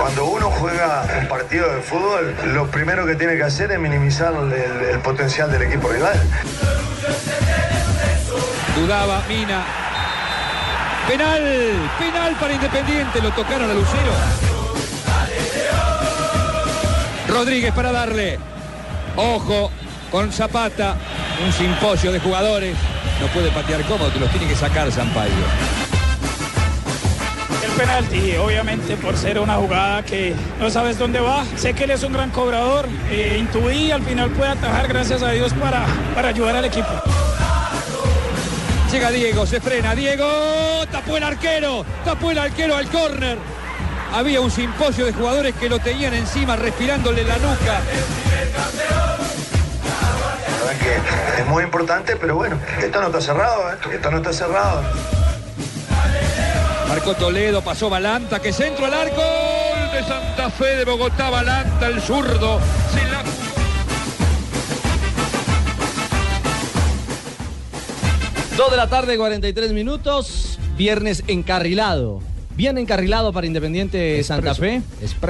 Cuando uno juega un partido de fútbol, lo primero que tiene que hacer es minimizar el, el potencial del equipo rival. Dudaba Mina. Penal, penal para Independiente, lo tocaron a Lucero. Rodríguez para darle. Ojo con Zapata, un simposio de jugadores. No puede patear cómodo, que los tiene que sacar Sampaio. El penalti, obviamente por ser una jugada que no sabes dónde va. Sé que él es un gran cobrador, eh, intuí, al final puede atajar, gracias a Dios, para, para ayudar al equipo. Llega Diego, se frena, Diego, tapó el arquero, tapó el arquero al córner. Había un simposio de jugadores que lo tenían encima respirándole la nuca. La verdad que es muy importante, pero bueno, esto no está cerrado, ¿eh? esto no está cerrado. Marcó Toledo, pasó Balanta, que centro al arco. Gol de Santa Fe de Bogotá, Balanta, el zurdo. Se la- Dos de la tarde, 43 minutos. Viernes encarrilado. Bien encarrilado para Independiente Santa Fe.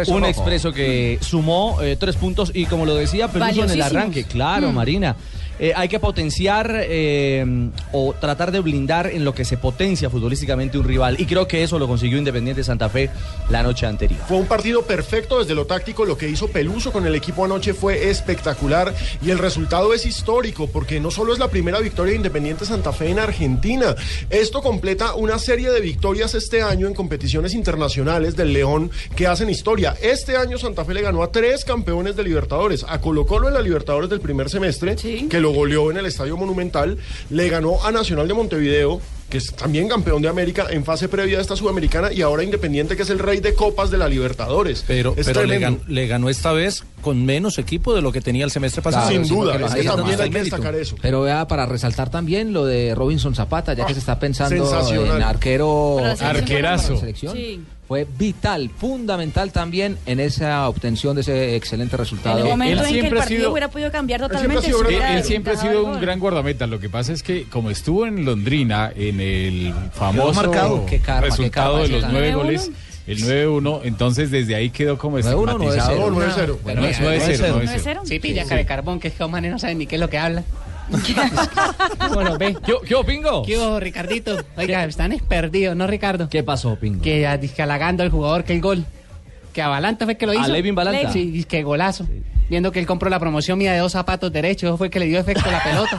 Un rojo. expreso que sumó eh, tres puntos y como lo decía Peluso en el Valiosísimos. arranque, claro, Mm. Marina. eh, hay que potenciar eh, o tratar de blindar en lo que se potencia futbolísticamente un rival. Y creo que eso lo consiguió Independiente Santa Fe la noche anterior. Fue un partido perfecto desde lo táctico, lo que hizo Peluso con el equipo anoche fue espectacular y el resultado es histórico porque no solo es la primera victoria de Independiente Santa Fe en Argentina, esto completa una serie de victorias este año en competiciones internacionales del León que hacen historia. Este año Santa Fe le ganó a tres campeones de Libertadores, a Colo Colo en la Libertadores del primer semestre, que lo goleó en el Estadio Monumental, le ganó a Nacional de Montevideo que es también campeón de América en fase previa de esta Sudamericana y ahora Independiente, que es el rey de copas de la Libertadores. Pero, Es pero le, tremendo. gan- le ganó esta vez con menos equipo de lo que tenía el semestre pasado. Sin Sí, duda, porque es ahí que está también más hay que el mérito. destacar eso. Pero vea, para resaltar también lo de Robinson Zapata, ya que se está pensando sensacional. en arquero. Para la selección Arquerazo. para la selección, Sí. Fue vital, fundamental también en esa obtención de ese excelente resultado. En el momento en que el siempre ha partido sido- hubiera podido cambiar Él, totalmente. se hubiera él siempre ha dado sido el un gol. gran guardameta. Lo que pasa es que como estuvo en Londrina en el famoso marcado. Qué karma, qué resultado karma, de los sí. nueve 9-1. goles, el 9-1, entonces desde ahí quedó como 9-1, 9-0. estigmatizado. No, 9-0. Bueno, es 9-0, 9-0. Sí, pilla, Sí. cara de carbón, que es que Omane no sabe ni qué es lo que habla. bueno, ve. ¿Qué, Pingo? ¿Qué hubo, Ricardito? Oiga, están es perdidos, ¿no, Ricardo? ¿Qué pasó, Pingo? Que ah, dizque halagando al jugador que el gol. Que a Balanta fue que lo ¿A hizo. Levin Balanta? Sí, y que golazo. Viendo que él compró la promoción mía de dos zapatos derechos, eso fue el que le dio efecto a la pelota.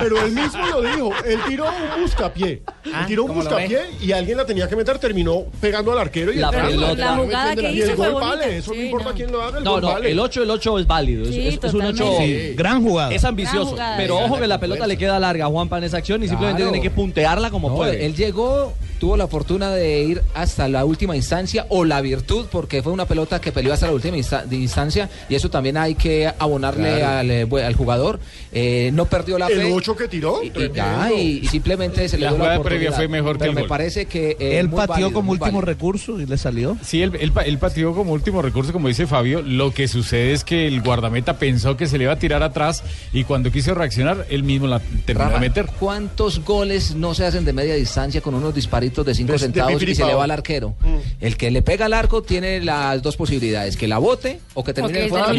Pero él mismo lo dijo, él tiró un buscapié, él tiró un Ah, ¿cómo lo buscapié y alguien la tenía que meter, terminó pegando al arquero y La el tercero, pelota. claro, La ¿me jugada entienden? que Y el hizo fue gol bonita. vale, eso no importa quién lo haga, el No, gol no, vale. el 8 el 8 es válido, es- Sí, es, es un 8 totalmente. Sí. Gran jugada. Es ambicioso, Gran jugada. pero ojo que la Exacto, pelota fuerza. le queda larga a Juanpa en esa acción y simplemente Claro. tiene que puntearla como No, puede. Él llegó, tuvo la fortuna de ir hasta la última instancia o la virtud, porque fue una pelota que peleó hasta la última insta- de instancia y eso también hay que abonarle Claro. al, eh, bu- al jugador. Eh, no perdió la El fe. 8 que tiró, Y, y ya, y- y simplemente se le La dio la jugada previa oportunidad. fue mejor que Pero el me gol. parece que eh, Él muy pateó válido, como muy último válido. recurso y le salió. Sí, él, él, pa- él pateó como último recurso, como dice Fabio. Lo que sucede es que el guardameta pensó que se le iba a tirar atrás y cuando quiso reaccionar, él mismo la terminó de Rafa, meter. ¿Cuántos goles no se hacen de media distancia con unos disparitos de 5 De- de centavos y se pipiripao. le va al arquero? Mm. El que le pega al arco tiene las dos posibilidades, que la bote o que termine fuera del arco.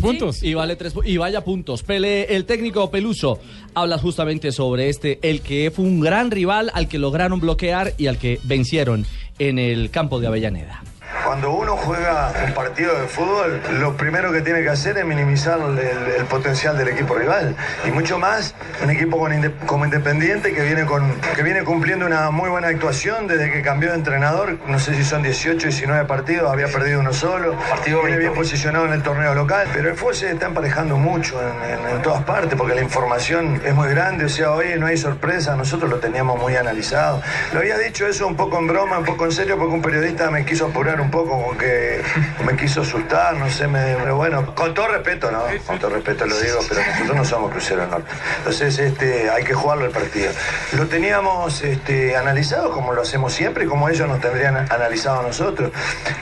puntos. Y vale tres pu- y vaya puntos. Pele, el técnico Peluso habla justamente sobre este, el que fue un gran rival al que lograron bloquear y al que vencieron en el campo de Avellaneda. Cuando uno juega un partido de fútbol, lo primero que tiene que hacer es minimizar el, el potencial del equipo rival. Y mucho más un equipo con Inde- como Independiente que viene, con, que viene cumpliendo una muy buena actuación desde que cambió de entrenador. No sé si son 18, 19 partidos, había perdido uno solo. Viene bien posicionado en el torneo local. Pero el fútbol se está emparejando mucho en, en- en todas partes porque la información es muy grande. O sea, hoy no hay sorpresa. Nosotros lo teníamos muy analizado. Lo había dicho eso un poco en broma, un poco en serio, porque un periodista me quiso apurar un poco, como que me quiso asustar, no sé, me, pero bueno, con todo respeto, ¿no? Con todo respeto lo digo, pero nosotros no somos crucero del norte. Entonces, este, hay que jugarlo el partido. Lo teníamos este, analizado como lo hacemos siempre y como ellos nos tendrían analizado a nosotros.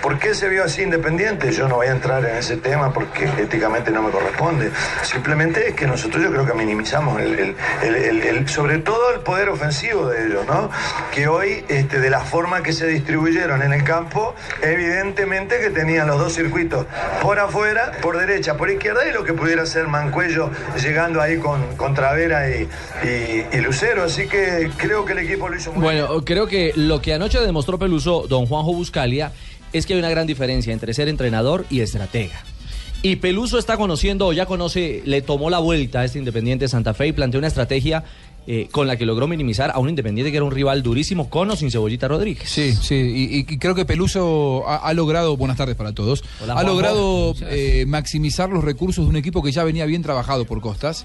¿Por qué se vio así independiente? Yo no voy a entrar en ese tema porque éticamente no me corresponde. Simplemente es que nosotros yo creo que minimizamos el, el- el- el- el- sobre todo el poder ofensivo de ellos, ¿no? Que hoy, este, de la forma que se distribuyeron en el campo, evidentemente que tenían los dos circuitos por afuera, por derecha, por izquierda y lo que pudiera ser Mancuello llegando ahí con, con Travera y, y- y Lucero. Así que creo que el equipo lo hizo muy Bueno, creo que lo que anoche demostró Peluso don Juanjo Buscalia es que hay una gran diferencia entre ser entrenador y estratega. Y Peluso está conociendo, o ya conoce, le tomó la vuelta a este Independiente Santa Fe y planteó una estrategia eh, con la que logró minimizar a un Independiente que era un rival durísimo con o sin Cebollita Rodríguez. Sí, sí, y, y creo que Peluso ha, ha logrado, buenas tardes para todos, ha Juanjo. logrado eh, maximizar los recursos de un equipo que ya venía bien trabajado por Costas,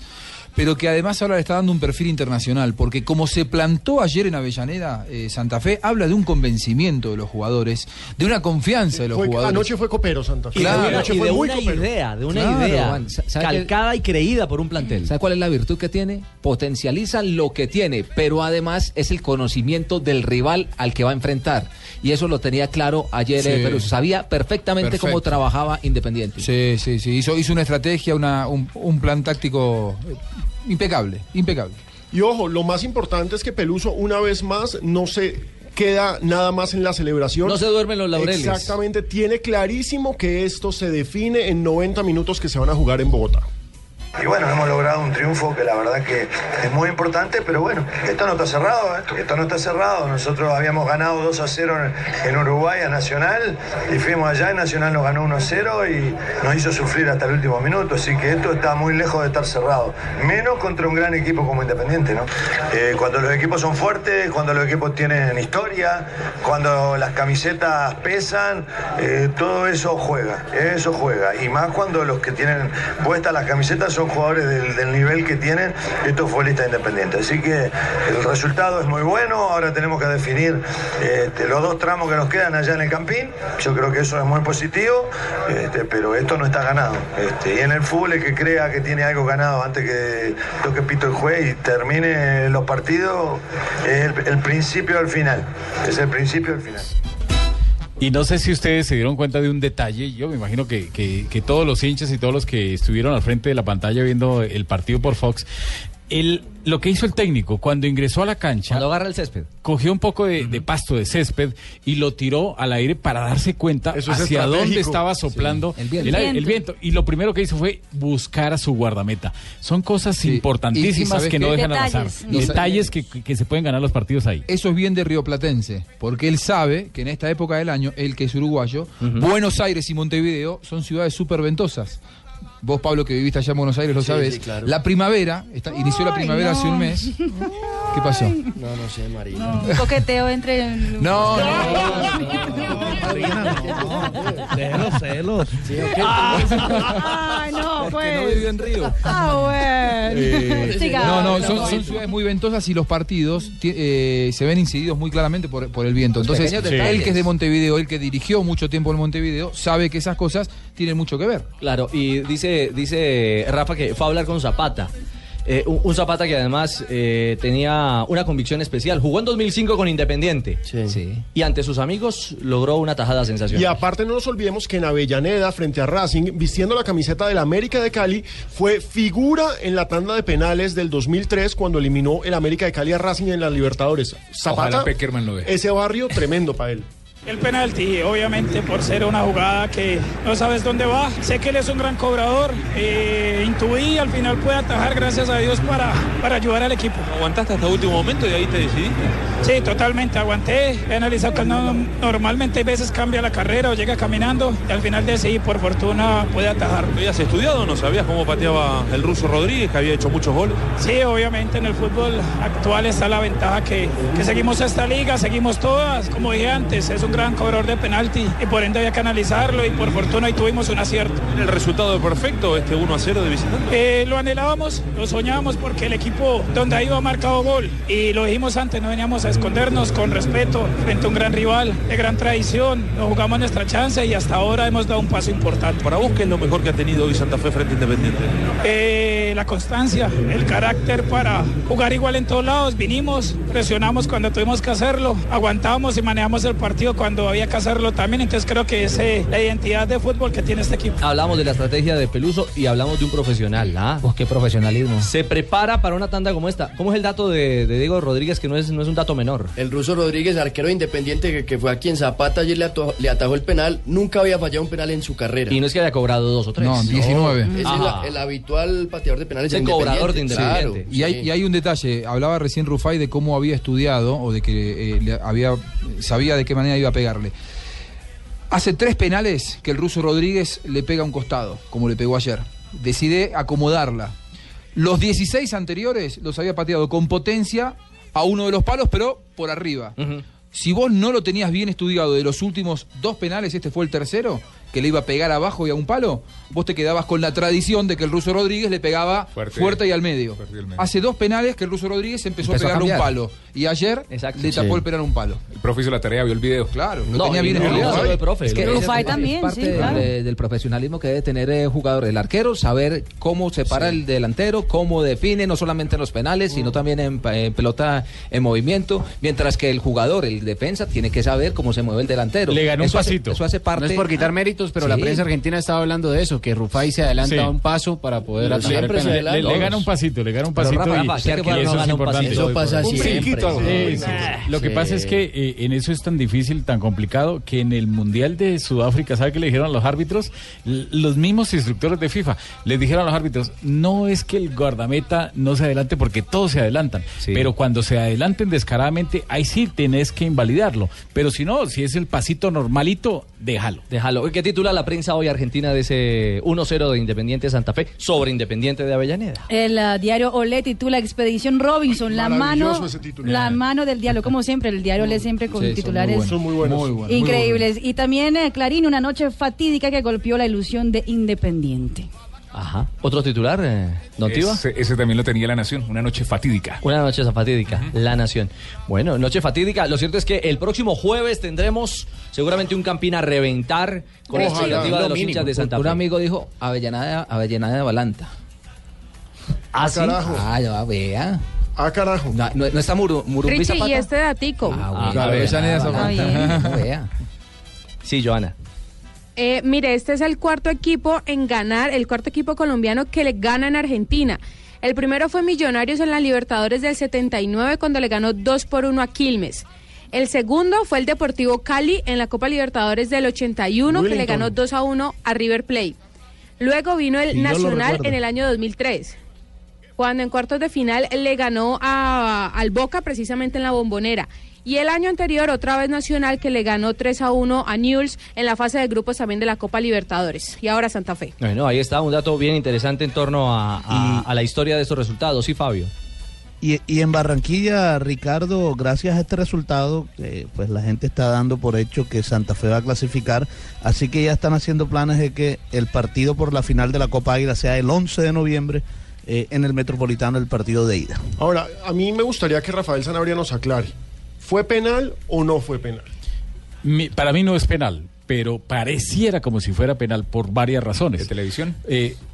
pero que además ahora le está dando un perfil internacional, porque como se plantó ayer en Avellaneda, eh, Santa Fe habla de un convencimiento de los jugadores, de una confianza de los Fue- jugadores. anoche fue copero Santa Fe. Claro. Anoche Y fue de muy una copero. idea, de una idea calcada y creída por un plantel. ¿Sabe cuál es la virtud que tiene? Potencializa lo que tiene, pero además es el conocimiento del rival al que va a enfrentar. Y eso lo tenía claro ayer Sí. eh, Peluso. Sabía perfectamente cómo Perfecto. trabajaba Independiente. Sí, sí, sí, hizo, hizo una estrategia, una- un, un plan táctico eh, impecable, impecable. Y ojo, lo más importante es que Peluso una vez más no se queda nada más en la celebración. No se duermen los laureles. Exactamente, tiene clarísimo que esto se define en 90 minutos que se van a jugar en Bogotá. Y bueno, hemos logrado un triunfo que la verdad que es muy importante, pero bueno, esto no está cerrado, ¿eh? esto no está cerrado. Nosotros habíamos ganado 2 a 0 en- en Uruguay a Nacional y fuimos allá y Nacional nos ganó 1 a 0 y nos hizo sufrir hasta el último minuto, así que esto está muy lejos de estar cerrado, menos contra un gran equipo como Independiente, ¿no? Eh, cuando los equipos son fuertes, cuando los equipos tienen historia, cuando las camisetas pesan, eh, todo eso juega, eso juega. Y más cuando los que tienen puestas las camisetas son jugadores del, del nivel que tienen estos futbolistas independientes. Así que el resultado es muy bueno, ahora tenemos que definir este, los dos tramos que nos quedan allá en el Campín, yo creo que eso es muy positivo, este, pero esto no está ganado. Este, y en el fútbol el que crea que tiene algo ganado antes que toque pito el juez y termine los partidos, es el, el principio al final, es el principio al final. Y no sé si ustedes se dieron cuenta de un detalle, yo me imagino que, que- que todos los hinchas y todos los que estuvieron al frente de la pantalla viendo el partido por Fox, el, lo que hizo el técnico cuando ingresó a la cancha... Cuando agarra el césped. Cogió un poco de, de pasto de césped y lo tiró al aire para darse cuenta Eso es hacia dónde estratégico. estaba soplando Sí, el el, viento. aire- el viento. Y lo primero que hizo fue buscar a su guardameta. Son cosas importantísimas Y- y que no ¿sabes qué? dejan avanzar. Detalles. Detalles, que, que- que se pueden ganar los partidos ahí. Eso es bien de Río Platense, porque él sabe que en esta época del año, él que es uruguayo, Buenos Aires y Montevideo son ciudades súper ventosas. Vos, Pablo, que viviste allá en Buenos Aires, lo Sí, sabes. sí, claro. La primavera, está- inició la primavera hace un mes. ¿Qué pasó? No, no sé, María. Un coqueteo entre. No, Celos, celos. Ay, no, Porque pues. no vivió en Río. Ah, bueno. Eh, Siga. no, no, son, son ciudades muy ventosas y los partidos ti- eh, se ven incididos muy claramente por, por el viento. Los Entonces, pequeños él detalles. que es de Montevideo, él que dirigió mucho tiempo en Montevideo, sabe que esas cosas tienen mucho que ver. Claro, y dice, dice Rafa que fue a hablar con Zapata. Eh, un, un Zapata que además eh, tenía una convicción especial. Jugó en 2005 con Independiente. Y ante sus amigos logró una tajada sensacional. Y aparte no nos olvidemos que en Avellaneda, frente a Racing, vistiendo la camiseta del América de Cali, fue figura en la tanda de penales del 2003 cuando eliminó el América de Cali a Racing en las Libertadores. Zapata, Ojalá Peckerman lo vea. ese barrio tremendo para él. El penalti, obviamente, por ser una jugada que no sabes dónde va. Sé que él es un gran cobrador. eh, intuí, al final puede atajar, gracias a Dios, para, para ayudar al equipo. ¿Aguantaste hasta último momento y ahí te decidiste? Sí, totalmente, aguanté. He analizado que no- normalmente hay veces cambia la carrera o llega caminando. Y al final decidí, por fortuna, puede atajar. ¿Lo habías estudiado o no sabías cómo pateaba el ruso Rodríguez, que había hecho muchos goles? Sí, obviamente en el fútbol actual está la ventaja que, que seguimos esta liga, seguimos todas. Como dije antes, es un gran cobrador de penalti y por ende había que analizarlo y por fortuna hoy tuvimos un acierto. ¿Era el resultado perfecto este 1 a 0 de visitante? Eh, lo anhelábamos, lo soñábamos porque el equipo donde ha ido ha marcado gol y lo dijimos antes, no veníamos a escondernos con respeto frente a un gran rival de gran tradición, nos jugamos nuestra chance y hasta ahora hemos dado un paso importante. Para vos, ¿qué es lo mejor que ha tenido hoy Santa Fe frente a Independiente? Eh, la constancia, el carácter para jugar igual en todos lados. Vinimos, presionamos cuando tuvimos que hacerlo, aguantamos y manejamos el partido cuando había que hacerlo también. Entonces creo que esa es la identidad de fútbol que tiene este equipo. Hablamos de la estrategia de Peluso y hablamos de un profesional. ¿ah? qué profesionalismo. Se prepara para una tanda como esta. ¿Cómo es el dato de, de Diego Rodríguez, que no es, no es un dato menor? El ruso Rodríguez, arquero de independiente que, que fue a quien Zapata ayer le, ato- le atajó el penal, nunca había fallado un penal en su carrera. Y no es que haya cobrado dos o tres. No, 19. Ese es Ajá. la- el habitual pateador de penales. El claro, y, hay, y hay un detalle, hablaba recién Rufai de cómo había estudiado o de que eh, le había sabía de qué manera iba a pegarle. Hace tres penales que el ruso Rodríguez le pega a un costado, como le pegó ayer. Decide acomodarla. Los 16 anteriores los había pateado con potencia a uno de los palos, pero por arriba. Si vos no lo tenías bien estudiado de los últimos dos penales, este fue el tercero, que le iba a pegar abajo y a un palo, vos te quedabas con la tradición de que el ruso Rodríguez le pegaba fuerte, Fuerte. y al medio. Hace dos penales que el ruso Rodríguez empezó, Empezó a a pegarle un cambiar. palo. Y ayer le tapó Sí. el penal a un palo. El profe hizo la tarea, vio el video. Claro, lo No, tenía y bien no, estudiado. solo el profe, Es que lo- ese Rufai es también, parte sí, del, claro. eh, del profesionalismo que debe tener eh, jugador, el arquero, saber cómo separa el delantero, cómo define, no solamente en los penales, sino también en, pa- en pelota en movimiento, mientras que el jugador, el defensa, tiene que saber cómo se mueve el delantero. Le ganó un Eso hace- pasito. eso hace parte. No es por quitar méritos, pero la Sí. prensa argentina estaba hablando de eso, que Rufai se adelanta Sí. a un paso para poder Pero atajar el siempre se penal. adelanta. Le- le- le gana un pasito, le gana un pasito Pero, y- Rafa, Sí, ¿qué que no eso gana es un pasito? importante. Eso pasa Un siempre. finiquito. Sí, Sí, sí, sí. Lo sí. que pasa es que eh, en eso es tan difícil, tan complicado, que en el Mundial de Sudáfrica, ¿sabe qué le dijeron a los árbitros? L- Los mismos instructores de FIFA les dijeron a los árbitros, no es que el guardameta no se adelante porque todos se adelantan, pero cuando se adelanten descaradamente, ahí sí tenés que invalidarlo. Pero si no, si es el pasito normalito, déjalo. Déjalo. ¿Qué titula la prensa hoy argentina de ese 1-0 de Independiente Santa Fe sobre Independiente de Avellaneda? El ah, diario Olé titula Expedición Robinson, la mano, Maravilloso ese título. la mano del diablo, como siempre, el diario Olé siempre con Sí, son titulares muy buenos. increíbles. Y también eh, Clarín, una noche fatídica que golpeó la ilusión de Independiente. Ajá. ¿Otro titular, eh, don Tiba? Ese, ese también lo tenía La Nación, una noche fatídica. Una noche esa fatídica, La Nación. Bueno, noche fatídica. Lo cierto es que el próximo jueves tendremos seguramente un campín a reventar con la Ojalá. expectativa de los hinchas de Santa Un Fe. amigo dijo Avellanada, Avellanada de Balanta. Ah, ¿sí? carajo. Ah, ya vea. Ah, carajo. No, no- no está Muru, Murumbi Richie, Zapata. y este datico. Ah, Ah, Avellaneda Avellaneda Zapata. Zapata. No vea. Sí, Joana. Eh, mire, este es el cuarto equipo en ganar, el cuarto equipo colombiano que le gana en Argentina. El primero fue Millonarios en la Libertadores del 79 cuando le ganó 2 por 1 a Quilmes. El segundo fue el Deportivo Cali en la Copa Libertadores del 81 que le Willington. ganó 2 a 1 a River Plate. Luego vino el Sí, yo lo Nacional recuerdo. en el año 2003 cuando en cuartos de final le ganó a- al Boca precisamente en la bombonera. Y el año anterior otra vez Nacional que le ganó 3 a 1 a Newell's en la fase de grupos también de la Copa Libertadores. Y ahora Santa Fe. Bueno, ahí está un dato bien interesante en torno a, a- a la historia de estos resultados. Sí, Fabio. Y, y en Barranquilla, Ricardo, gracias a este resultado, eh, pues la gente está dando por hecho que Santa Fe va a clasificar, así que ya están haciendo planes de que el partido por la final de la Copa Águila sea el 11 de noviembre eh, en el Metropolitano, el partido de ida. Ahora, a mí me gustaría que Rafael Sanabria nos aclare. ¿Fue penal o no fue penal? Mi- para mí no es penal, pero pareciera como si fuera penal por varias razones. ¿De televisión?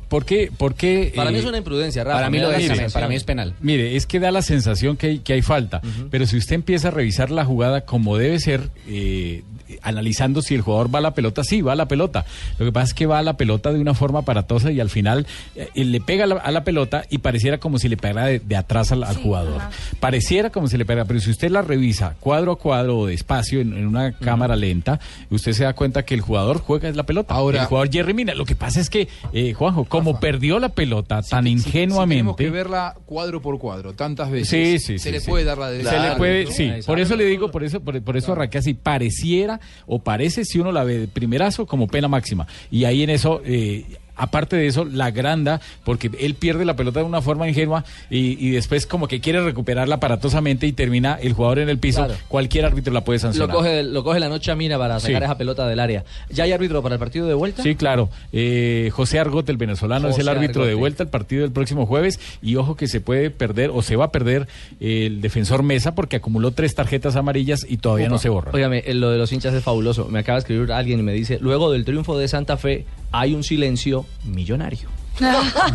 ¿Por qué? por qué, Para mí eh, es una imprudencia, Rafa. para mí Me lo da la es, sensación. para mí es penal. Mire, es que da la sensación que hay, que hay falta, pero si usted empieza a revisar la jugada como debe ser, eh, eh, analizando si el jugador va a la pelota, sí, va a la pelota. Lo que pasa es que va a la pelota de una forma aparatosa y al final eh, él le pega a la, a la pelota y pareciera como si le pegara de, de atrás al, al jugador. Pareciera como si le pegara, pero si usted la revisa cuadro a cuadro o despacio en, en una cámara lenta, usted se da cuenta que el jugador juega es la pelota. Ahora, el jugador Jerry Mina. Lo que pasa es que, eh, Juanjo, como perdió la pelota tan Tenemos ingenuamente. que verla cuadro por cuadro, tantas veces. Sí, sí, Se sí, le sí. puede dar la derecha. Se le al puede, árbitro. sí. Por eso le digo, por eso, por, por eso arranqué así. Pareciera o parece si uno la ve de primerazo como pena máxima. Y ahí en eso. eh, Aparte de eso, la agranda porque él pierde la pelota de una forma ingenua y, y después como que quiere recuperarla aparatosamente y termina el jugador en el piso. Claro. Cualquier árbitro la puede Lo sancionar. coge, lo coge la noche a Mina para sacar Sí. esa pelota del área. ¿Ya hay árbitro para el partido de vuelta? Sí, claro. Eh, José Argote, el venezolano, Ah, es el José árbitro de Argote. vuelta al partido del próximo jueves. Y ojo que se puede perder o se va a perder el defensor Mesa porque acumuló tres tarjetas amarillas y todavía no Upa. se borra. Óigame, eh, lo de los hinchas es fabuloso. Me acaba de escribir alguien y me dice, luego del triunfo de Santa Fe hay un silencio millonario.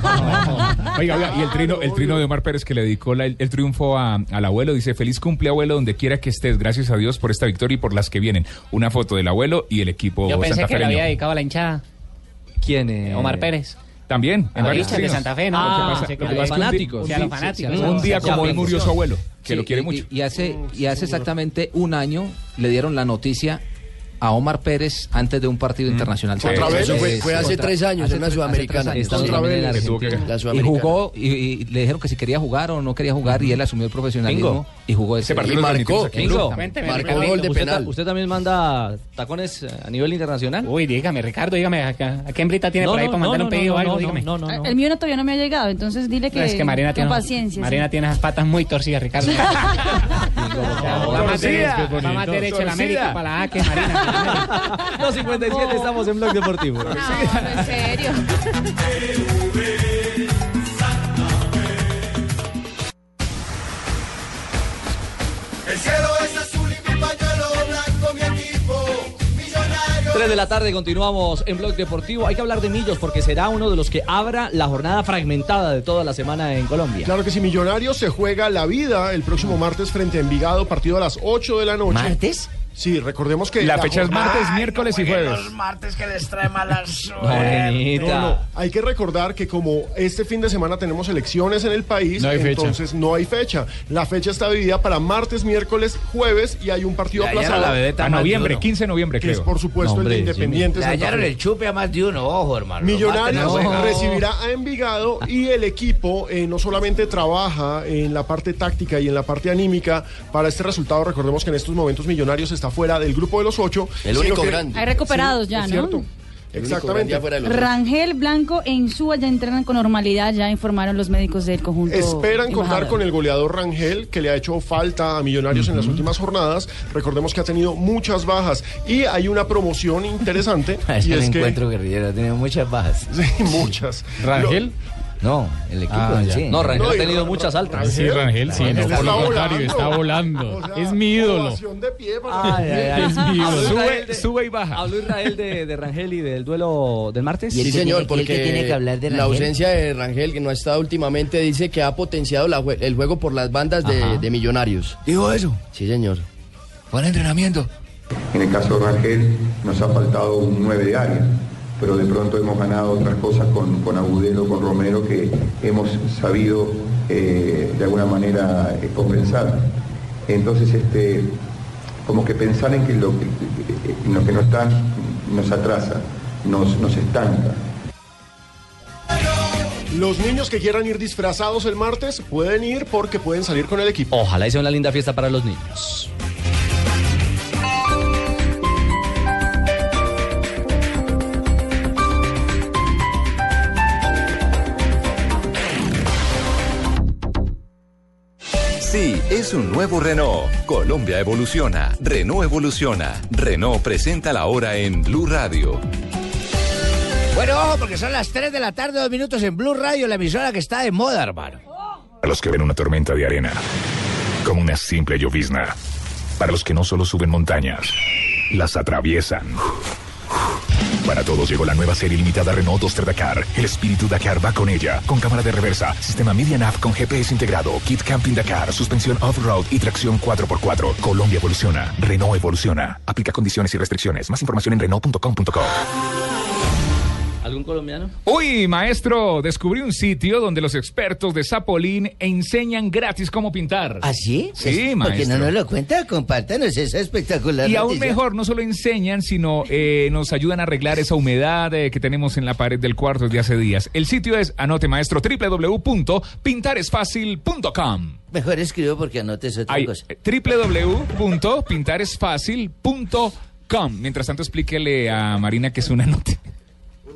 Oiga, oiga, y el trino, el trino de Omar Pérez que le dedicó la- el, el triunfo a- al abuelo, dice, feliz cumple abuelo donde quiera que estés, gracias a Dios por esta victoria y por las que vienen. Una foto del abuelo y el equipo Yo pensé que le santafereño. había dedicado a la hinchada. Eh, ¿Quién eh? Omar Pérez. También, A los varios hinchas de trinos. Ah, Santa Fe, ¿no? Lo que Ah, pasa- sí, lo que claro. pasa es que un di- Fanáticos. un Sí, di- a los fanáticos. un día como hoy murió su abuelo, que Sí, lo quiere y- mucho. Y, y hace, y hace exactamente un año le dieron la noticia a Omar Pérez antes de un partido internacional. Otra vez, Mm. Sí, fue- sí, fue sí. hace Otra- tres años, hace tres- una hace sudamericana. tres años. Esta Otra también en vez, que tuvo que Argentina. ganar. La Y sudamericana. jugó, y, y le dijeron que si quería jugar o no quería jugar, y él asumió el profesionalismo Bingo. y jugó Y ese marcó, Pingo, Marcó gol de ¿Usted penal. ta- ¿Usted también manda tacones eh, a nivel internacional? Uy, dígame, Ricardo, dígame, ¿a, a qué hembrita tiene No, por ahí no, para no, mandar no, un pedido no, o algo? no, dígame. no, no, no. El mío no- todavía no me ha llegado, entonces dile que, No, es que Marina con tiene, paciencia. Marina tiene esas patas muy torcidas, Ricardo. va más derecha, va más derecha la América para la A que Marina. 257, estamos en Blog Deportivo. en serio. El cielo es azul y mi pañuelo blanco, mi equipo, millonario. 3 de la tarde continuamos en Blog Deportivo. Hay que hablar de Millos porque será uno de los que abra la jornada fragmentada de toda la semana en Colombia. Claro que si Millonarios se juega la vida el próximo martes frente a Envigado, partido a las 8 de la noche. ¿Martes? Sí, recordemos que... La fecha es martes, Ay, miércoles no y jueguen jueves. los martes que les trae mala No, no, hay que recordar que como este fin de semana tenemos elecciones en el país, No hay fecha. entonces no hay fecha. La fecha está dividida para martes, miércoles, jueves y hay un partido aplazado a noviembre, 15 de noviembre que creo. es por supuesto el de Independiente Jimmy. Santa Dañaron Fe. el chupe a más de uno, ojo, hermano. Millonarios Los maten, recibirá a Envigado y el equipo eh, no solamente trabaja en la parte táctica y en la parte anímica para este resultado. Recordemos que en estos momentos Millonarios está fuera del grupo de los ocho. El sino único que- grande. Hay recuperados ya, es ¿no? cierto. El único grande Exactamente. afuera de los ocho. Rangel, Blanco e Insúa ya entrenan con normalidad, ya informaron los médicos del conjunto. Esperan contar embajador. con el goleador Rangel, que le ha hecho falta a Millonarios en las últimas jornadas. Recordemos que ha tenido muchas bajas. Y hay una promoción interesante. Es y un es que encuentro guerrillero, ha tenido muchas bajas. Sí, muchas. ¿Rangel? No, el equipo Ah, en ya. sí. No, Rangel No, ha y tenido Ra- muchas altas. Rangel- Sí, Rangel, sí, no, Rangel por lo está contrario, está volando. es mi ídolo. de pie para- Ay, ay, ay. Es mío. Sube- y baja. Habló Israel de, de Rangel y del duelo del martes. Sí, señor, porque la ausencia de Rangel, que no ha estado últimamente, dice que ha potenciado la jue- el juego por las bandas de, de millonarios. ¿Dijo eso? Sí, señor. Buen entrenamiento. En el caso de Rangel nos ha faltado un 9 de área, pero de pronto hemos ganado otras cosas con, con Agudelo, con Romero, que hemos sabido eh, de alguna manera eh, compensar. Entonces, este, como que pensar en que lo que, eh, en lo que no está nos atrasa, nos, nos estanca. los niños que quieran ir disfrazados el martes pueden ir porque pueden salir con el equipo. Ojalá hice una linda fiesta para los niños. Sí, es un nuevo Renault. Colombia evoluciona, Renault evoluciona. Renault presenta la hora en Blue Radio. Bueno, ojo, porque son las 3 de la tarde, dos minutos en Blue Radio, la emisora que está de moda, hermano. A los que ven una tormenta de arena como una simple llovizna. Para los que no solo suben montañas, las atraviesan. Para todos llegó la nueva serie limitada Renault Duster Dakar. El espíritu Dakar va con ella. Con cámara de reversa, sistema Media Nav con GPS integrado, kit camping Dakar, suspensión off-road y tracción 4x4. Colombia evoluciona. Renault evoluciona. Aplica condiciones y restricciones. Más información en Renault.com.co. ¿Algún colombiano? Uy, maestro, descubrí un sitio donde los expertos de Sapolín enseñan gratis cómo pintar. ¿Ah, sí? Sí, Porque maestro. no nos lo cuenta, compártanos esa espectacular Y aún noticia. mejor, no solo enseñan, sino eh, nos ayudan a arreglar esa humedad eh, que tenemos en la pared del cuarto desde hace días. El sitio es, anote maestro, www.pintaresfacil.com. Mejor escribo porque anotes otra Ay, cosa. eh, www.pintaresfacil.com. Mientras tanto, explíquele a Marina que es una nota.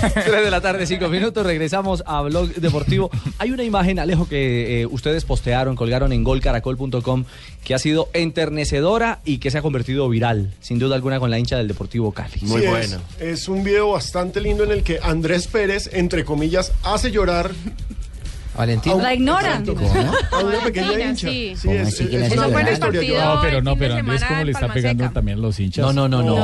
Tres de la tarde, cinco minutos, regresamos a Blog Deportivo. Hay una imagen, Alejo, que eh, ustedes postearon, colgaron en golcaracol.com, que ha sido enternecedora y que se ha convertido viral, sin duda alguna, con la hincha del Deportivo Cali. Sí, es- Es, un video bastante lindo en el que Andrés Pérez, entre comillas, hace llorar. Valentina. un- La ignoran. Exacto, A una pequeña Valentina, hincha. sí. Sí, es, Así que es la una lloran. buena Eso fue en el historia. partido llorar. No, pero el no, fin de pero Andrés, semana ¿cómo en le está Palma pegando Seca. también los hinchas? No, no, no, no.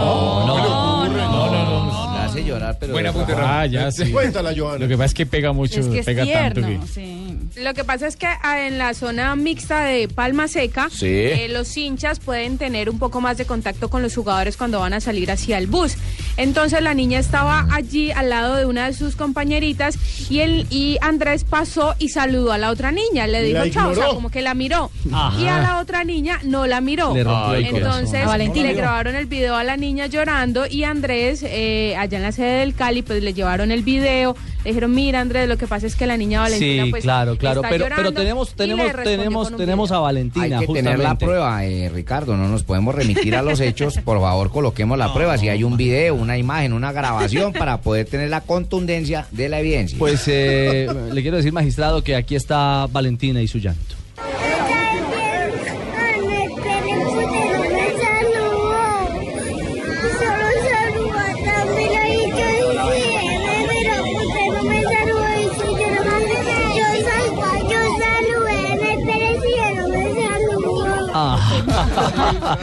no, no, La hace llorar, pero. Buena punta, Ah, Ramón. ya, sí. Cuéntala, Joana. Lo que pasa es que pega mucho, Es que es pega tanto que. tierno, Lo que pasa es que ah, en la zona mixta de Palma Seca, Sí. eh, los hinchas pueden tener un poco más de contacto con los jugadores cuando van a salir hacia el bus. Entonces la niña estaba allí al lado de una de sus compañeritas y él y Andrés pasó y saludó a la otra niña, le Y dijo la chao, o sea, ignoró. como que la miró. Ajá. Y a la otra niña no la miró. Le rompió el corazón. Entonces A Valentina. le grabaron el video a la niña llorando y Andrés, eh, allá en la sede del Cali, pues le llevaron el video, le dijeron, mira Andrés, lo que pasa es que la niña Valentina Sí, pues, claro, claro. está Pero, pero llorando, tenemos, y le tenemos, respondió tenemos, con un tenemos a Valentina, Hay que justamente. tener la prueba, eh, Ricardo. No nos podemos remitir a los hechos. Por favor, coloquemos la prueba. Si hay un video, una imagen, una grabación para poder tener la contundencia de la evidencia. Pues eh, le quiero decir, magistrado, que aquí está Valentina y su llanto. Ah,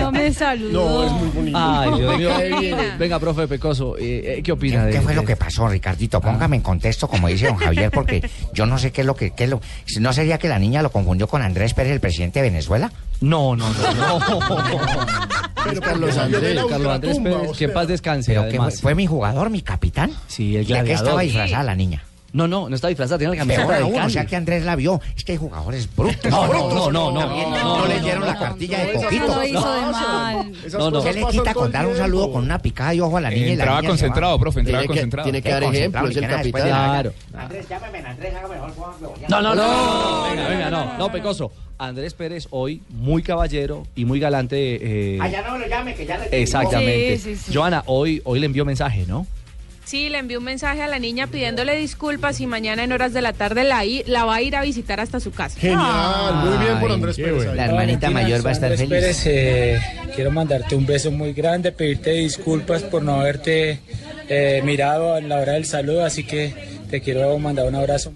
No me saludó. Ay, Dios mío. Qué divina. Venga, profe Pecoso, eh, eh, ¿qué opina de Ah. ¿Qué fue lo que pasó, Ricardito? Póngame en contexto, como dice don Javier, porque yo no sé qué es lo que... Qué es lo... ¿No sería que la niña lo confundió con Andrés Pérez, el presidente de Venezuela? No, no, no. Pero Carlos porque salió de Andrés, la Carlos Andrés ultratumba, Pérez, o que en sea. paz descanse, ¿Pero qué fue, además. ¿Fue mi jugador, mi capitán? Sí, el ¿De qué gladiador. estaba disfrazada Sí. la niña? No, no, no está disfrazada, tiene la Peor camiseta del aún, o Cali. sea que Andrés la vio. Es que hay jugadores brutos. No, no, no, no, no, También no, no no, leyeron no, la no, cartilla no, de eso Coquito. no hizo de mal. No, no. ¿Qué le quita con dar un saludo con una picada de ojo a la niña? y la Entraba niña se va? concentrado, profe, entraba Tiene que- concentrado. Tiene que dar ejemplo, es el capitán. Claro. Andrés, llámame, Andrés, haga mejor No, no, no. Venga, venga, no. No, Pecoso. Andrés Pérez hoy muy caballero y muy galante. eh, Allá no me lo llame, que ya le Exactamente. Sí, sí, sí. Joana, hoy, hoy le envió mensaje, ¿no? Sí, le envió un mensaje a la niña pidiéndole disculpas y mañana en horas de la tarde la, i- la va a ir a visitar hasta su casa. Ah, muy bien por Ay, Andrés qué Pérez. bueno. ahí. Valentina, soy Andrés Pérez, eh, quiero mandarte un beso muy grande, pedirte disculpas por no haberte eh, mirado en la hora del saludo, así que te quiero mandar un abrazo.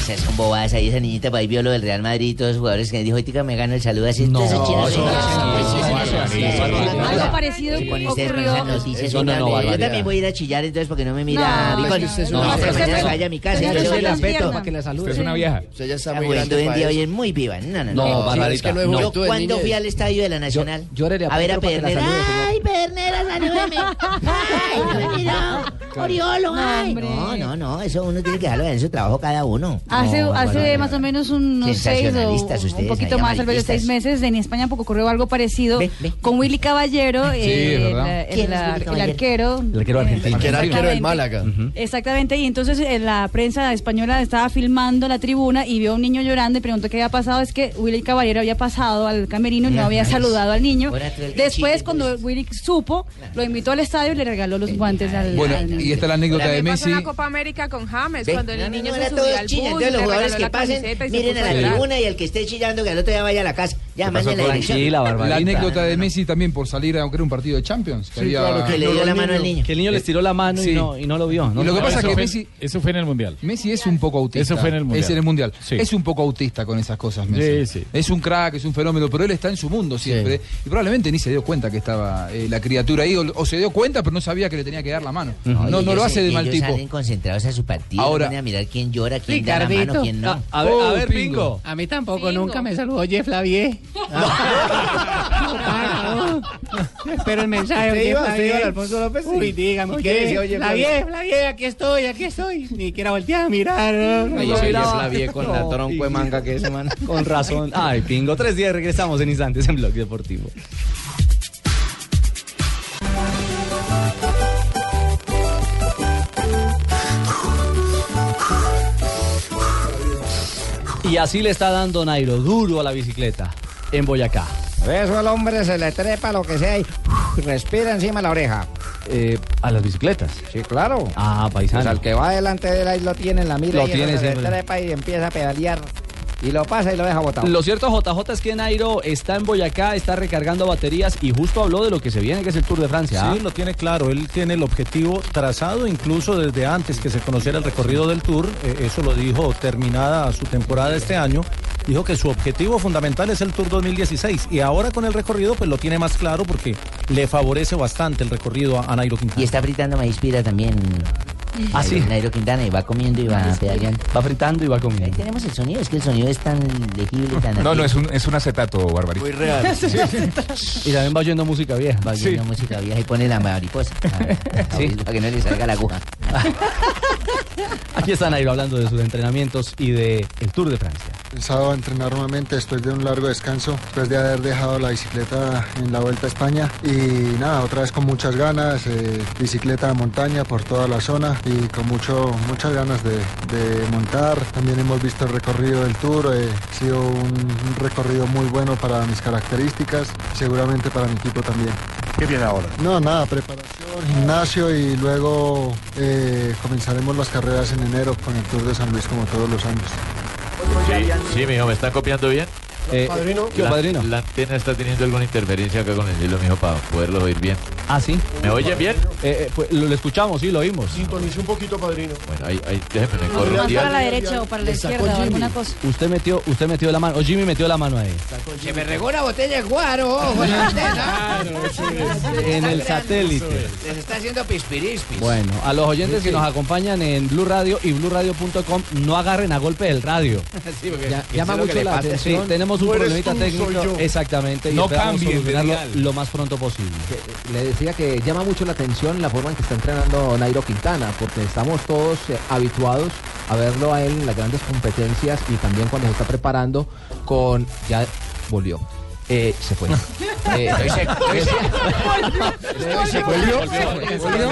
Esas son bobadas ahí, esa niñita para ahí vio lo del Real Madrid y todos los jugadores que dijo, ahorita me gano el saludo así. No, Algo parecido ocurrió. Yo No, no, no, barbaridad. también voy a ir a chillar entonces porque no me mira. No, Bicol. es que usted es No, una pero vieja. mañana vaya a mi casa. Usted es yo la una vieja. respeto. Ah, Para que la salude. Usted es una vieja. Usted ya está muy grande hoy en para día eso. hoy es muy viva. No, no, No, no. Barbarita, Es que no es Yo juventud de cuando niños. fui al estadio de la Nacional llórele a a ver a Petro para que la Perner. salude, señor. ¡Ay, Pernera, salúdame! ¡Ay, no me miró! ¡Oriolo, ay! No, no, no. Eso uno tiene que dejarlo en su trabajo cada uno. Hace, No, hace Barbarita. más o menos unos seis o Sensacionalistas un ustedes, poquito ahí, más, tal vez de seis meses, en España poco ocurrió algo parecido con Willy Caballero, Sí, eh, es el, verdad. el- ¿Quién es el Willy Caballero? arquero. El arquero argentino. Que era arquero del Málaga. Exactamente, y entonces eh, la prensa española estaba filmando la tribuna y vio a un niño llorando y preguntó qué había pasado. Es que Willy Caballero había pasado al camerino y no había saludado al niño. Ahora tú el que Después, chille, pues. cuando Willy supo, lo invitó al estadio y le regaló los guantes al, Bueno, al niño. y está la anécdota de También pasó Messi. en la Copa América con James, Ve, cuando no, el no, niño no, se era subió todos al chillan. bus, Entonces le los jugadores regaló que la pasen, camiseta y se miren puso a la llorar. tribuna y el que esté chillando que al otro día vaya a la casa. Ya, mañana la dirección. La anécdota de Messi también por salir, aunque era un partido de Champions. Sí, claro, que Que le dio ignoró la al mano al niño. Eh, niño. Que el niño les tiró la mano Eh, Sí. y, no, y no lo vio. Y lo que pasa es que Messi Eso fue en el Mundial. Messi es un poco autista. Eso fue en el Mundial. Es en el mundial. Sí. Es un poco autista con esas cosas, Messi. Sí, sí. Es un crack, es un fenómeno, pero él está en su mundo siempre. Y probablemente ni se dio cuenta que estaba eh, la criatura ahí, o, o se dio cuenta, pero no sabía que le tenía que dar la mano. No, y no, ellos lo hace se- de y mal ellos tipo. salen concentrados a su partido. Ahora- Ahora. a mirar quién llora, quién da la mano, quién no. Oh, A, a ver, Oh, a ver, Pingo. A mí tampoco, nunca me saludó Jeff Lavie. Pero el mensaje ¿Usted de iba? Jeff ¿Usted iba Lavie. al Alfonso López? Uy, dígame, ¿Y qué decía, oye, oye, Flavie, Flavie? Flavie, aquí estoy, aquí estoy. Ni quiera voltear a mirar. Ay, yo soy Flavie con la tronco de manga que es, semana. Con razón. Ay, pingo. Tres días regresamos en instantes en Blog Deportivo. Y así le está dando Nairo duro a la bicicleta en Boyacá. Eso al hombre se le trepa lo que sea y uf, respira encima de la oreja. Eh, a las bicicletas. Sí, claro. Ah, paisano. Pues al que va delante de él ahí lo tiene en la mira Lo y tiene tiene se le siempre. trepa y empieza a pedalear y lo pasa y lo deja botado. Lo cierto, JJ, es que Nairo está en Boyacá, está recargando baterías y justo habló de lo que se viene, que es el Tour de Francia. ¿ah? Sí, lo tiene claro. Él tiene el objetivo trazado incluso desde antes que se conociera el recorrido del Tour. Eh, eso lo dijo terminada su temporada este año. Dijo que su objetivo fundamental es el Tour 2016. Y ahora con el recorrido, pues lo tiene más claro porque le favorece bastante el recorrido a, a Nairo Quintana. Y está fritando maíz pira también. Ah, sí. Nairo Quintana y va comiendo y Ah, va pedaleando. Va fritando y va comiendo. Ahí tenemos el sonido, es que el sonido es tan legible, tan No, no, atípico. es un, es un acetato, Barbarito. Muy real. Sí. Y también va oyendo música vieja. Va oyendo música vieja y pone la mariposa. Ah, Para que no le salga la aguja. Aquí está Nairo hablando de sus entrenamientos y de el Tour de Francia. El sábado a entrenar nuevamente después de un largo descanso, después de haber dejado la bicicleta en la Vuelta a España. Y nada, otra vez con muchas ganas, eh, bicicleta de montaña por toda la zona y con mucho, muchas ganas de, de montar. También hemos visto el recorrido del Tour, eh, ha sido un, un recorrido muy bueno para mis características, seguramente para mi equipo también. ¿Qué viene ahora? No, nada, preparación, gimnasio y luego eh, comenzaremos las carreras en enero con el Tour de San Luis como todos los años. Sí, sí, mijo, ¿me está copiando bien? Padrino. la, la antena está teniendo alguna interferencia acá con el hilo, mijo, para poderlo oír bien. Ah, sí. ¿Me oyen bien? Eh, pues, lo, escuchamos, sí, lo oímos. Sintonice un poquito, padrino. Bueno, ahí, ahí déjeme me corro. Más Díaz. para la derecha o para la izquierda o alguna cosa. Usted metió, usted metió la mano, o Jimmy metió la mano ahí. Se me regó una botella de guaro, ojo, en la antena. En el satélite. Les está haciendo pispirispis. Bueno, a los oyentes que nos acompañan en Blue Radio y BluRadio.com, no agarren a golpe el radio. Sí, porque Ya- eso llama es lo que mucho le la pasa. atención. Sí, tenemos un tú eres problemita tú, soy técnico. yo. Exactamente. y No esperamos cambien de solucionarlo dial. lo más pronto posible. Le decía que llama mucho la atención la forma en que está entrenando Nairo Quintana, porque estamos todos eh, habituados a verlo a él en las grandes competencias y también cuando se está preparando con... Ya volvió. Eh, se fue. Eh, Se volvió.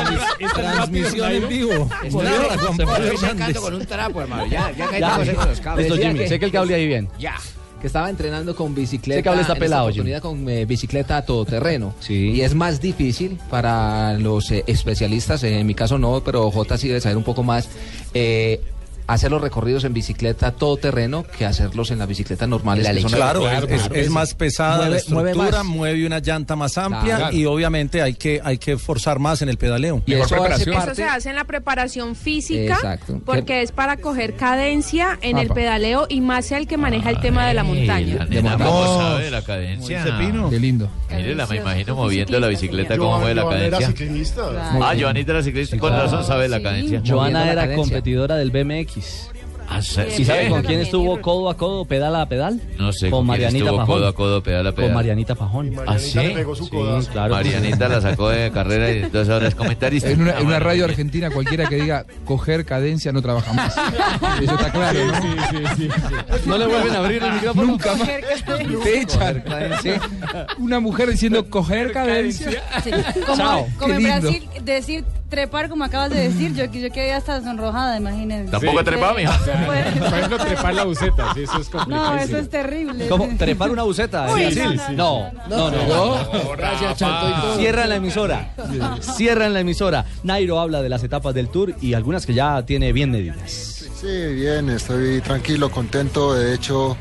Transmisión en vivo. Estoy sacando con un trapo, hermano. Ya, ya caímos en los cables. Listo, Decía Jimmy. que- Sé que el cable ahí bien. Ya. Que estaba entrenando con bicicleta. Ese cable está en esta pelado, oportunidad con eh, bicicleta a todoterreno. Y Y es es más más difícil para los eh, especialistas, eh, en mi caso no, pero J sí debe saber un poco más, eh, hacer los recorridos en bicicleta todoterreno que hacerlos en las bicicletas normales. que son Claro, las- es, es- es más pesada la Mueve- mueve estructura, mueve, más. una llanta más amplia Claro. y obviamente hay que, hay que forzar más en el pedaleo. Y Mejor eso hace preparación. Eso se hace en la preparación física, Exacto. porque es para coger cadencia en el Apa. pedaleo y más el que maneja el tema de la montaña. Vamos. ¿Cómo sabe la cadencia? Muy cepino. Qué lindo. Mírela, me imagino moviendo la bicicleta, cómo Joan- mueve la Joan era cadencia. ciclista. Ah, Joana era ciclista, con razón sabe la cadencia. Joana era competente. competidora del BMX. Ah, sí. ¿Y sabe con Sí. quién estuvo codo a codo, pedal a pedal? No sé, con con quién Marianita estuvo Pajón. codo a codo, pedal a pedal. Con Marianita Pajón. ¿Ah, sí? Sí, claro. Marianita la sacó de carrera y entonces ahora es comentarista. Ah, En una, en una radio argentina cualquiera que diga coger cadencia no trabaja más. Eso está claro. ¿no? No le vuelven a abrir el micrófono. Nunca más. Te echan. Una mujer diciendo coger cadencia. Como, Chao. como Qué en lindo. Brasil, decir trepar, como acabas de decir, yo, yo quedé hasta sonrojada, imagínense. Tampoco trepa, mija. Por ejemplo, trepar la buceta, sí, eso es complicadísimo. No, eso es terrible. ¿Cómo? ¿Trepar una buceta? Uy, en Brasil? No, no, no. Gracias, Chanto y todo. Cierran la emisora. Cierran la emisora. Nairo habla de las etapas del tour y algunas que ya tiene bien medidas. Sí, bien, estoy tranquilo, contento. De hecho,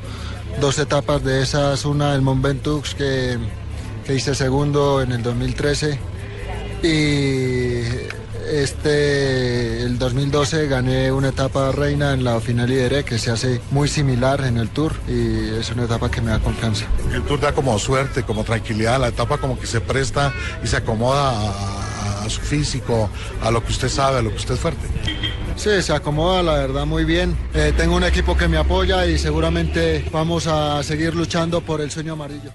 dos etapas de esas, una del Monventux que, que hice segundo en el 2013 y este el 2012 gané una etapa reina en la final Iberé que se hace muy similar en el Tour y es una etapa que me da confianza. El Tour da como suerte, como tranquilidad, la etapa como que se presta y se acomoda a, a su físico, a lo que usted sabe, a lo que usted es fuerte. Sí, se acomoda la verdad muy bien. Eh, tengo un equipo que me apoya y seguramente vamos a seguir luchando por el sueño amarillo.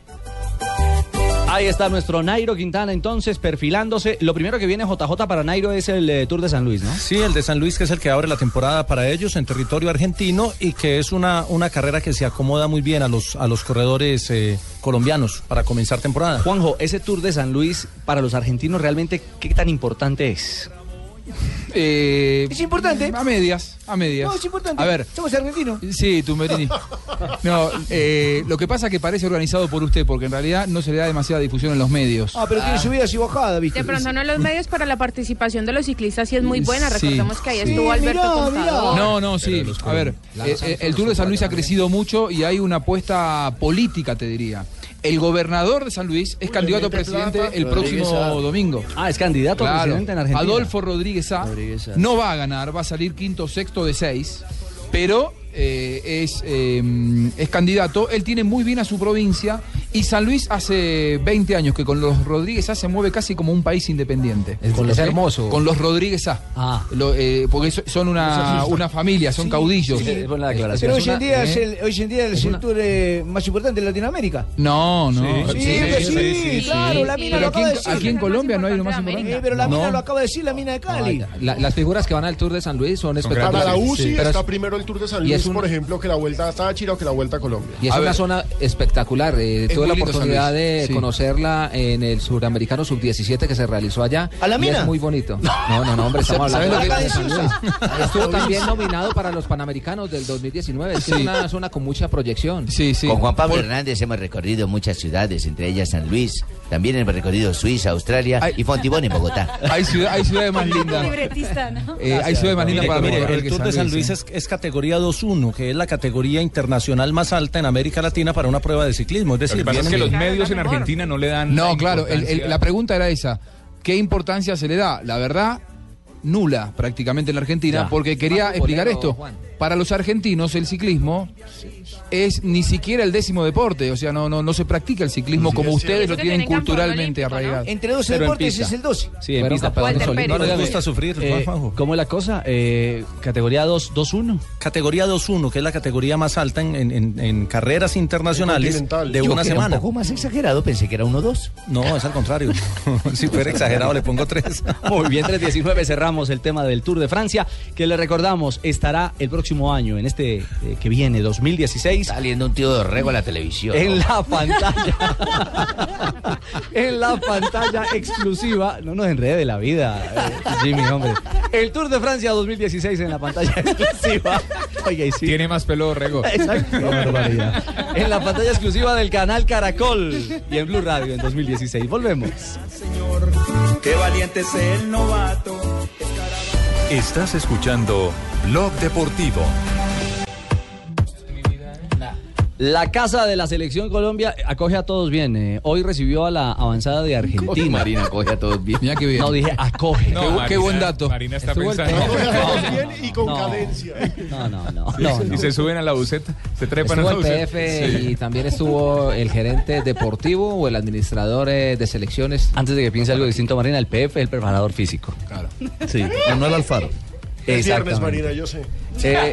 Ahí está nuestro Nairo Quintana entonces perfilándose. Lo primero que viene JJ para Nairo es el eh, Tour de San Luis, ¿no? Sí, el de San Luis, que es el que abre la temporada para ellos en territorio argentino y que es una, una carrera que se acomoda muy bien a los, a los corredores eh, colombianos para comenzar temporada. Juanjo, ese Tour de San Luis para los argentinos realmente qué tan importante es. es importante. Eh, A medias, a medias. No, es importante. A ver. Somos argentinos. Sí, Tumberini. No, eh, lo que pasa es que parece organizado por usted, porque en realidad no se le da demasiada difusión en los medios. Ah, pero tiene subidas y bajadas, ¿viste? De pronto no en los medios para la participación de los ciclistas sí es muy buena. Sí. Recordemos que ahí Sí, estuvo Alberto mirá, Contador. No, no, sí. A ver, la eh, Rosa eh, el Luxemburgo Tour de San Luis ha crecido mucho y hay una apuesta política, te diría. El gobernador de San Luis es candidato a mete presidente plata. el Rodríguez próximo A. domingo. Ah, es candidato a presidente en Argentina. Adolfo Rodríguez A. A. No va a ganar, va a salir quinto, sexto de seis, pero eh, es, eh, es candidato. Él tiene muy bien a su provincia y San Luis hace 20 años que con los Rodríguez A se mueve casi como un país independiente. Con los ¿Eh? hermoso. Con los Rodríguez A. Ah. Lo, eh, porque so- son una, una familia, son caudillos. Pero hoy en día es ¿Eh? el, hoy en día es el tour eh, más importante de Latinoamérica. No, no. Sí, que sí, claro, la mina Pero lo aquí, acaba de en- decir. aquí en Colombia no hay uno más importante. Eh, pero la mina No. lo acaba de decir, la mina de Cali. La- las figuras que van al Tour de San Luis son espectaculares. Para la UCI Sí. está Pero es- primero el Tour de San y es Luis, un- por ejemplo, que la Vuelta a Táchira o que la Vuelta a Colombia. Y es A una ver, zona espectacular. eh, Es tuve muy la lindo San oportunidad Luis, de sí. conocerla en el suramericano sub-17 que se realizó allá. ¿A la y mina? es muy bonito. No, no, no, hombre, estamos ¿Sabes hablando lo que- de San Luis. Estuvo también Provincia. nominado para los Panamericanos del 2019. Es que Sí. es una zona con mucha proyección. Sí, sí. Con Juan Pablo Hernández hemos recorrido muchas ciudades, entre ellas San Luis. También hemos recorrido Suiza, Australia y Fontibón en Bogotá. Hay, ciudad- hay ciudades más lindas. Libretista, ¿no? Eh, hay ciudades más lindas Mire, para mire, recorrer El que Tour de San Luis es, es categoría 2-1, que es la categoría internacional más alta en América Latina para una prueba de ciclismo. Es Lo decir, que pasa es vienen que los bien. medios en Argentina no le dan. No, la claro, el- el- importancia. la pregunta era esa. ¿Qué importancia se le da? La verdad, nula prácticamente en la Argentina, Ya. porque quería Más explicar futbolero, esto. Juan. Para los argentinos el ciclismo es ni siquiera el décimo deporte, o sea, no no no se practica el ciclismo como ustedes lo tienen culturalmente arraigado. Entre 12 Pero en deportes pista. es el 12. Sí, en Fueron pista. campeones Walter olímpicos. Pérez. No les gusta sufrir, Eh, Juanjo. ¿Cómo es la cosa? Eh, categoría 2, 2-1. Categoría 2-1, que es la categoría más alta en, en- en- en carreras internacionales de una semana. Un poco más exagerado, pensé que era 1-2. No, es al contrario. si fuera exagerado, le pongo 3. Muy bien, 319 cerramos el tema del Tour de Francia, que le recordamos estará el próximo año, en este eh, que viene, 2016. Saliendo un tío de rego a la televisión. En la pantalla. en la pantalla exclusiva. No nos enrede de la vida, eh, Jimmy, hombre. El Tour de Francia 2016 en la pantalla exclusiva. Oiga, y sí. Tiene más pelo rego. Exacto. En la pantalla exclusiva del canal Caracol y en Blue Radio en 2016. Volvemos. Qué valiente es el novato. Estás escuchando Blog Deportivo. La casa de la selección Colombia acoge a todos bien. eh. Hoy recibió a la avanzada de Argentina. Marina acoge a todos bien. Mira qué bien. No dije acoge. No, Qué bu- qué Marina- buen dato. Marina está Estuvo el pensando. peor. todos bien y con No. cadencia. No, no, no. Sí, no, sí, no. Y se suben a la buseta, se trepan Estuvo a la el buseta. PF Sí. y también estuvo el gerente deportivo o el administrador eh, de selecciones. Antes de que piense algo distinto, Marina, el PF es el preparador físico. Claro. Sí. Manuel Alfaro. Es viernes, Exactamente. Marina, yo sé. Eh,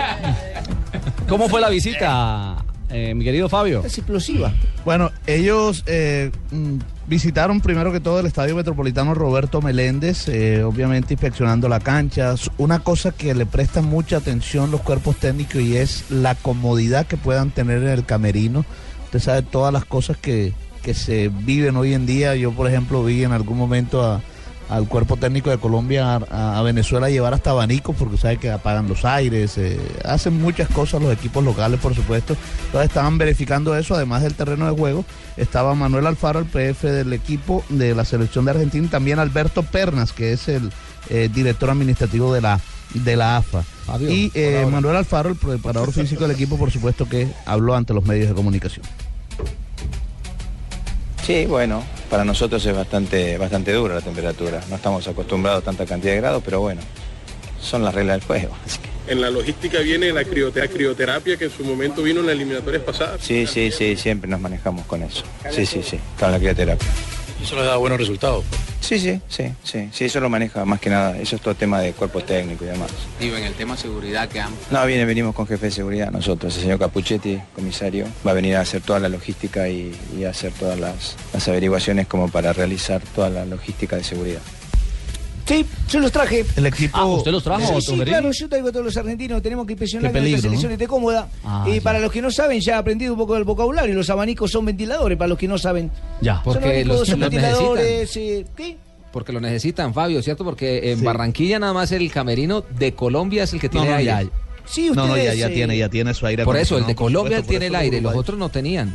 ¿Cómo fue la visita, eh, mi querido Fabio? Es explosiva. Bueno, ellos eh, mm, visitaron primero que todo el Estadio Metropolitano Roberto Meléndez, eh, obviamente inspeccionando la cancha. S- Una cosa que le presta mucha atención los cuerpos técnicos y es la comodidad que puedan tener en el camerino. Usted sabe todas las cosas que, que se viven hoy en día. Yo, por ejemplo, vi en algún momento a- al cuerpo técnico de Colombia a, a Venezuela llevar hasta abanicos porque sabe que apagan los aires, eh, hacen muchas cosas los equipos locales, por supuesto. Entonces estaban verificando eso, además del terreno de juego, estaba Manuel Alfaro, el PF del equipo de la selección de Argentina, y también Alberto Pernas, que es el eh, director administrativo de la, de la AFA. Fabio, y eh, Manuel Alfaro, el preparador físico del equipo, por supuesto que habló ante los medios de comunicación. Sí, bueno, para nosotros es bastante, bastante dura la temperatura. No estamos acostumbrados a tanta cantidad de grados, pero bueno, son las reglas del juego. así que- En la logística viene la crioterapia, crioterapia que en su momento vino en las eliminatorias pasadas. Sí, sí, sí, siempre nos manejamos con eso. Sí, sí, sí, con la crioterapia. Eso le da buenos resultados. pues. Sí, sí, sí, sí, sí, eso lo maneja más que nada. Eso es todo tema de cuerpo técnico y demás. Digo, en el tema seguridad que ambos. No, viene, venimos con jefe de seguridad nosotros. El señor Capuchetti, comisario, va a venir a hacer toda la logística y, y a hacer todas las, las averiguaciones como para realizar toda la logística de seguridad. Sí, yo los traje. El equipo. Ah, ¿usted los trajo, Sí, sí, Tumberini? claro, yo traigo a todos los argentinos, tenemos que impresionar Qué que nuestra peligro, selección ¿no? esté cómoda. Ah, y ya. para los que no saben, ya he aprendido un poco del vocabulario, los abanicos son ventiladores, para los que no saben. Ya, son porque abanicos, los- son los ventiladores, eh, ¿qué? Porque lo necesitan, Fabio, ¿cierto? Porque en Barranquilla nada más el camerino de Colombia es el que tiene no, aire. ya. Sí, No, no, ya, ustedes, ya eh, tiene, ya tiene su aire. Por eso, el acondicionado, de por Colombia supuesto, por tiene eso el los aire, los uruguayos. otros no tenían.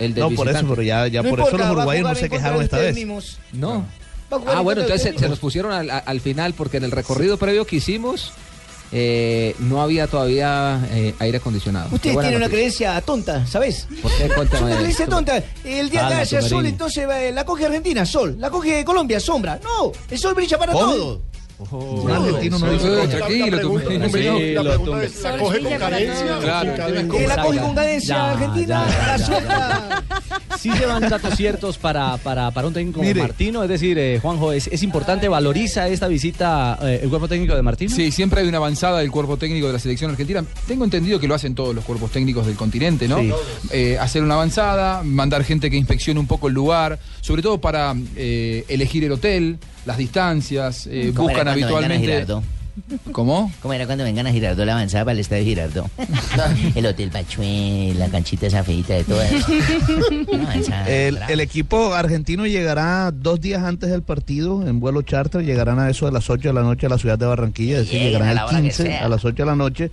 El del No, por eso, visitante. pero ya, ya No por eso los importa, va a uruguayos no jugar se en quejaron esta contra de vez. ustedes No. Va a jugar Ah, en bueno, contra entonces de se, ustedes se nos pusieron al, al- al final porque en el recorrido previo que hicimos eh, no había todavía eh, aire acondicionado. Qué Ustedes buena tienen una noticia. creencia tonta, ¿sabés? ¿Por qué? Cuéntame, Es una creencia Tumberini. tonta. El día que Calma, haya sol, Tumberini. entonces eh, la coge Argentina, sol. La coge Colombia, sombra. No, el sol brilla para ¿Cómo? todo. Un argentino no Oye, dice contra. tranquilo, Tumberini. Tumberini, la Tranquilo, pregunta es, Tumberini. ¿la coge con cadencia o Claro, sin el tema es cadencia? la coge con cadencia Ya, Argentina, ya, la ya, suelta. Sí llevan datos ciertos para, para, para un técnico como Martino, es decir, eh, Juanjo, es, es importante, valoriza esta visita eh, el cuerpo técnico de Martino. Sí, siempre hay una avanzada del cuerpo técnico de la selección argentina. Tengo entendido que lo hacen todos los cuerpos técnicos del continente, ¿no? Sí. Eh, hacer una avanzada, mandar gente que inspeccione un poco el lugar, sobre todo para eh, elegir el hotel, las distancias, eh, ¿Cómo buscan era cuando vengan a habitualmente. Girardo? ¿Cómo? ¿Cómo era cuando vengan a Girardo la avanzada para el estadio Girardo? El Hotel Pachué, la canchita esa feita de todas. Una avanzada. El, brava. el equipo argentino llegará dos días antes del partido en vuelo charter, llegarán a eso de las 8 de la noche a la ciudad de Barranquilla, es decir, Lleguen a llegarán la el hora que 15 sea. a las 8 de la noche.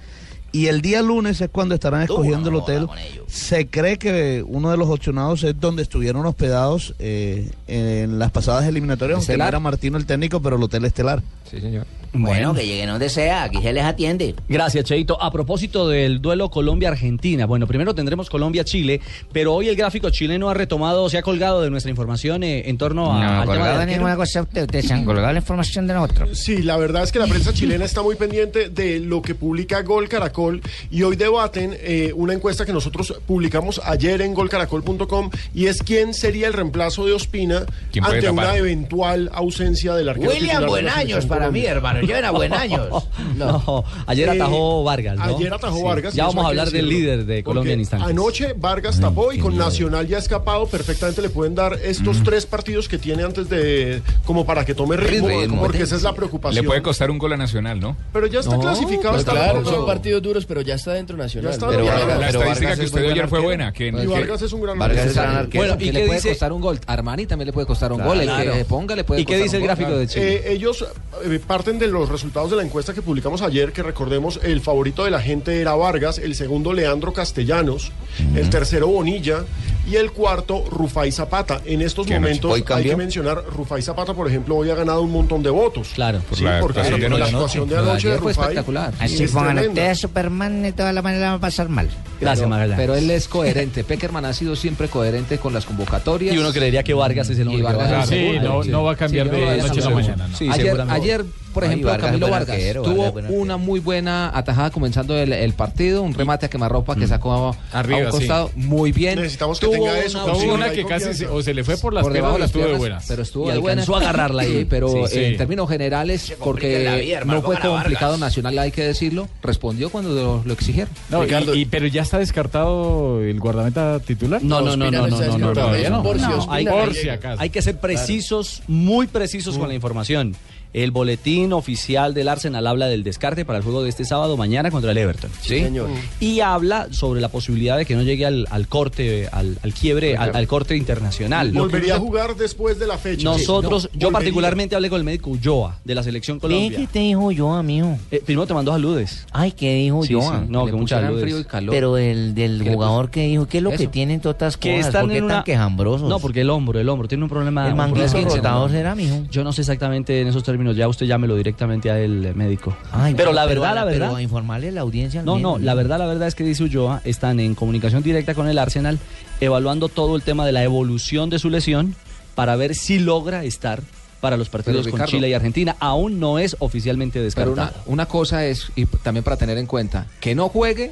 Y el día lunes es cuando estarán escogiendo el hotel. Se cree que uno de los opcionados es donde estuvieron hospedados eh, en las pasadas eliminatorias, aunque no Estelar. era Martino el técnico, pero el hotel estelar. Sí, señor. Bueno, que lleguen donde sea, aquí se les atiende. Gracias, Cheito. A propósito del duelo Colombia-Argentina, bueno, primero tendremos Colombia-Chile, pero hoy el gráfico chileno ha retomado, se ha colgado de nuestra información eh, en torno a, al tema del arquero. cosa, ustedes, se han colgado la información de nosotros. Sí, la verdad es que la prensa chilena está muy pendiente de lo que publica Gol Caracol y hoy debaten eh, una encuesta que nosotros publicamos ayer en golcaracol.com y es quién sería el reemplazo de Ospina ¿Quién puede ante tapar? una eventual ausencia del arquero. William titular de la Buenaños selección para Colombia. mí, hermano, yo era Buenaños. No, ayer Eh, atajó Vargas. ¿no? Ayer atajó Sí. Vargas. Ya eso vamos a hay que hablar del decirlo. líder de Colombia en Porque instantes. Anoche Vargas tapó y con Nacional ya escapado. Perfectamente le pueden dar estos tres partidos que tiene antes de. como para que tome ritmo, Ritmo, porque ritmo. esa es la preocupación. Le puede costar un gol a Nacional, ¿no? Pero ya está No, clasificado pero pues hasta claro, la son partidos duros, pero ya está dentro Nacional. Pero Vargas- la pero estadística Vargas que es usted buen dio ayer fue arquero. buena. Que, Y que- Vargas es un gran Vargas es gran arquero. Bueno, Bueno, ¿y ¿y qué le puede dice- costar un gol. Armani también le puede costar un Claro. gol. El Claro. que le ponga le puede ¿Y qué costar dice un el gol. gráfico de Chile? Eh, ellos eh, parten de los resultados de la encuesta que publicamos ayer, que recordemos el favorito de la gente era Vargas, el segundo Leandro Castellanos, el tercero Bonilla y el cuarto Rufai Zapata. En estos ¿Qué noche? momentos ¿Hoy hay cambió? que mencionar, Rufai Zapata, por ejemplo, hoy ha ganado un montón de votos. Claro, Por la porque actuación de la anoche. actuación de Lo de anoche de ayer fue Rufai espectacular. es Así pongan tremenda. ustedes a Superman de todas las maneras van a pasar mal. Pero- Pero él es coherente. Peckerman ha sido siempre coherente con las convocatorias. Y uno creería que Vargas es el Y único. Vargas es el Claro. segundo. Sí, no- no va a cambiar yo de creo que noche a la sí. mañana, no. Sí, Ayer- ayer, ayer, por Ay, ejemplo, Vargas Camilo buen Vargas arquero, tuvo Vargas buen una muy buena atajada comenzando el, el partido, un remate a quemarropa Mm. que sacó a, a Arriba, un sí. costado muy bien. Necesitamos que tenga eso, una Tuvo opción una ahí que casi confianza. se- o se le fue por las debajo piernas de o las estuvo de piernas, buenas. Pero estuvo Y de buenas. alcanzó a agarrarla ahí. Sí, pero Sí, sí. en términos generales, porque la vida, hermano, no fue para Vargas. complicado Nacional, hay que decirlo, respondió cuando lo, lo exigieron. No, y- Eh, y- pero ya está descartado el guardameta titular. No, no, no, no, no, no, no, todavía no, no. Por si No, Ospina hay, no hay- llega. hay que ser precisos, muy precisos con la información. El boletín oficial del Arsenal habla del descarte para el juego de este sábado mañana contra el Everton. Sí, señor. Y habla sobre la posibilidad de que no llegue al, al corte, al, al quiebre, al, al corte internacional. Volvería a jugar después de la fecha. Nosotros, Sí, no, yo volvería. particularmente hablé con el médico Ulloa de la selección Colombia. ¿Qué te dijo yo, amigo? Eh, primero te mandó saludes. Ay, ¿qué dijo Sí, yo? sí, no, que muchas luces. Pero el del Que le jugador que dijo, ¿qué es lo que Eso. tienen todas estas que cosas? están ¿Por qué en tan una... quejambrosos? No, porque el hombro, el hombro tiene un problema. El un problema manguito de esguince, rotador ¿no? será, mijo. Yo no sé exactamente en esos términos, ya usted llámelo directamente a el médico. pero la verdad, la verdad. Pero a informarle a la audiencia. al No, no, menos, la verdad, la verdad es que dice Ulloa, están en comunicación directa con el Arsenal, evaluando todo el tema de la evolución de su lesión para ver si logra estar para los partidos con Ricardo- Chile y Argentina. Aún no es oficialmente Pero descartado. una, una cosa es, y también para tener en cuenta, que no juegue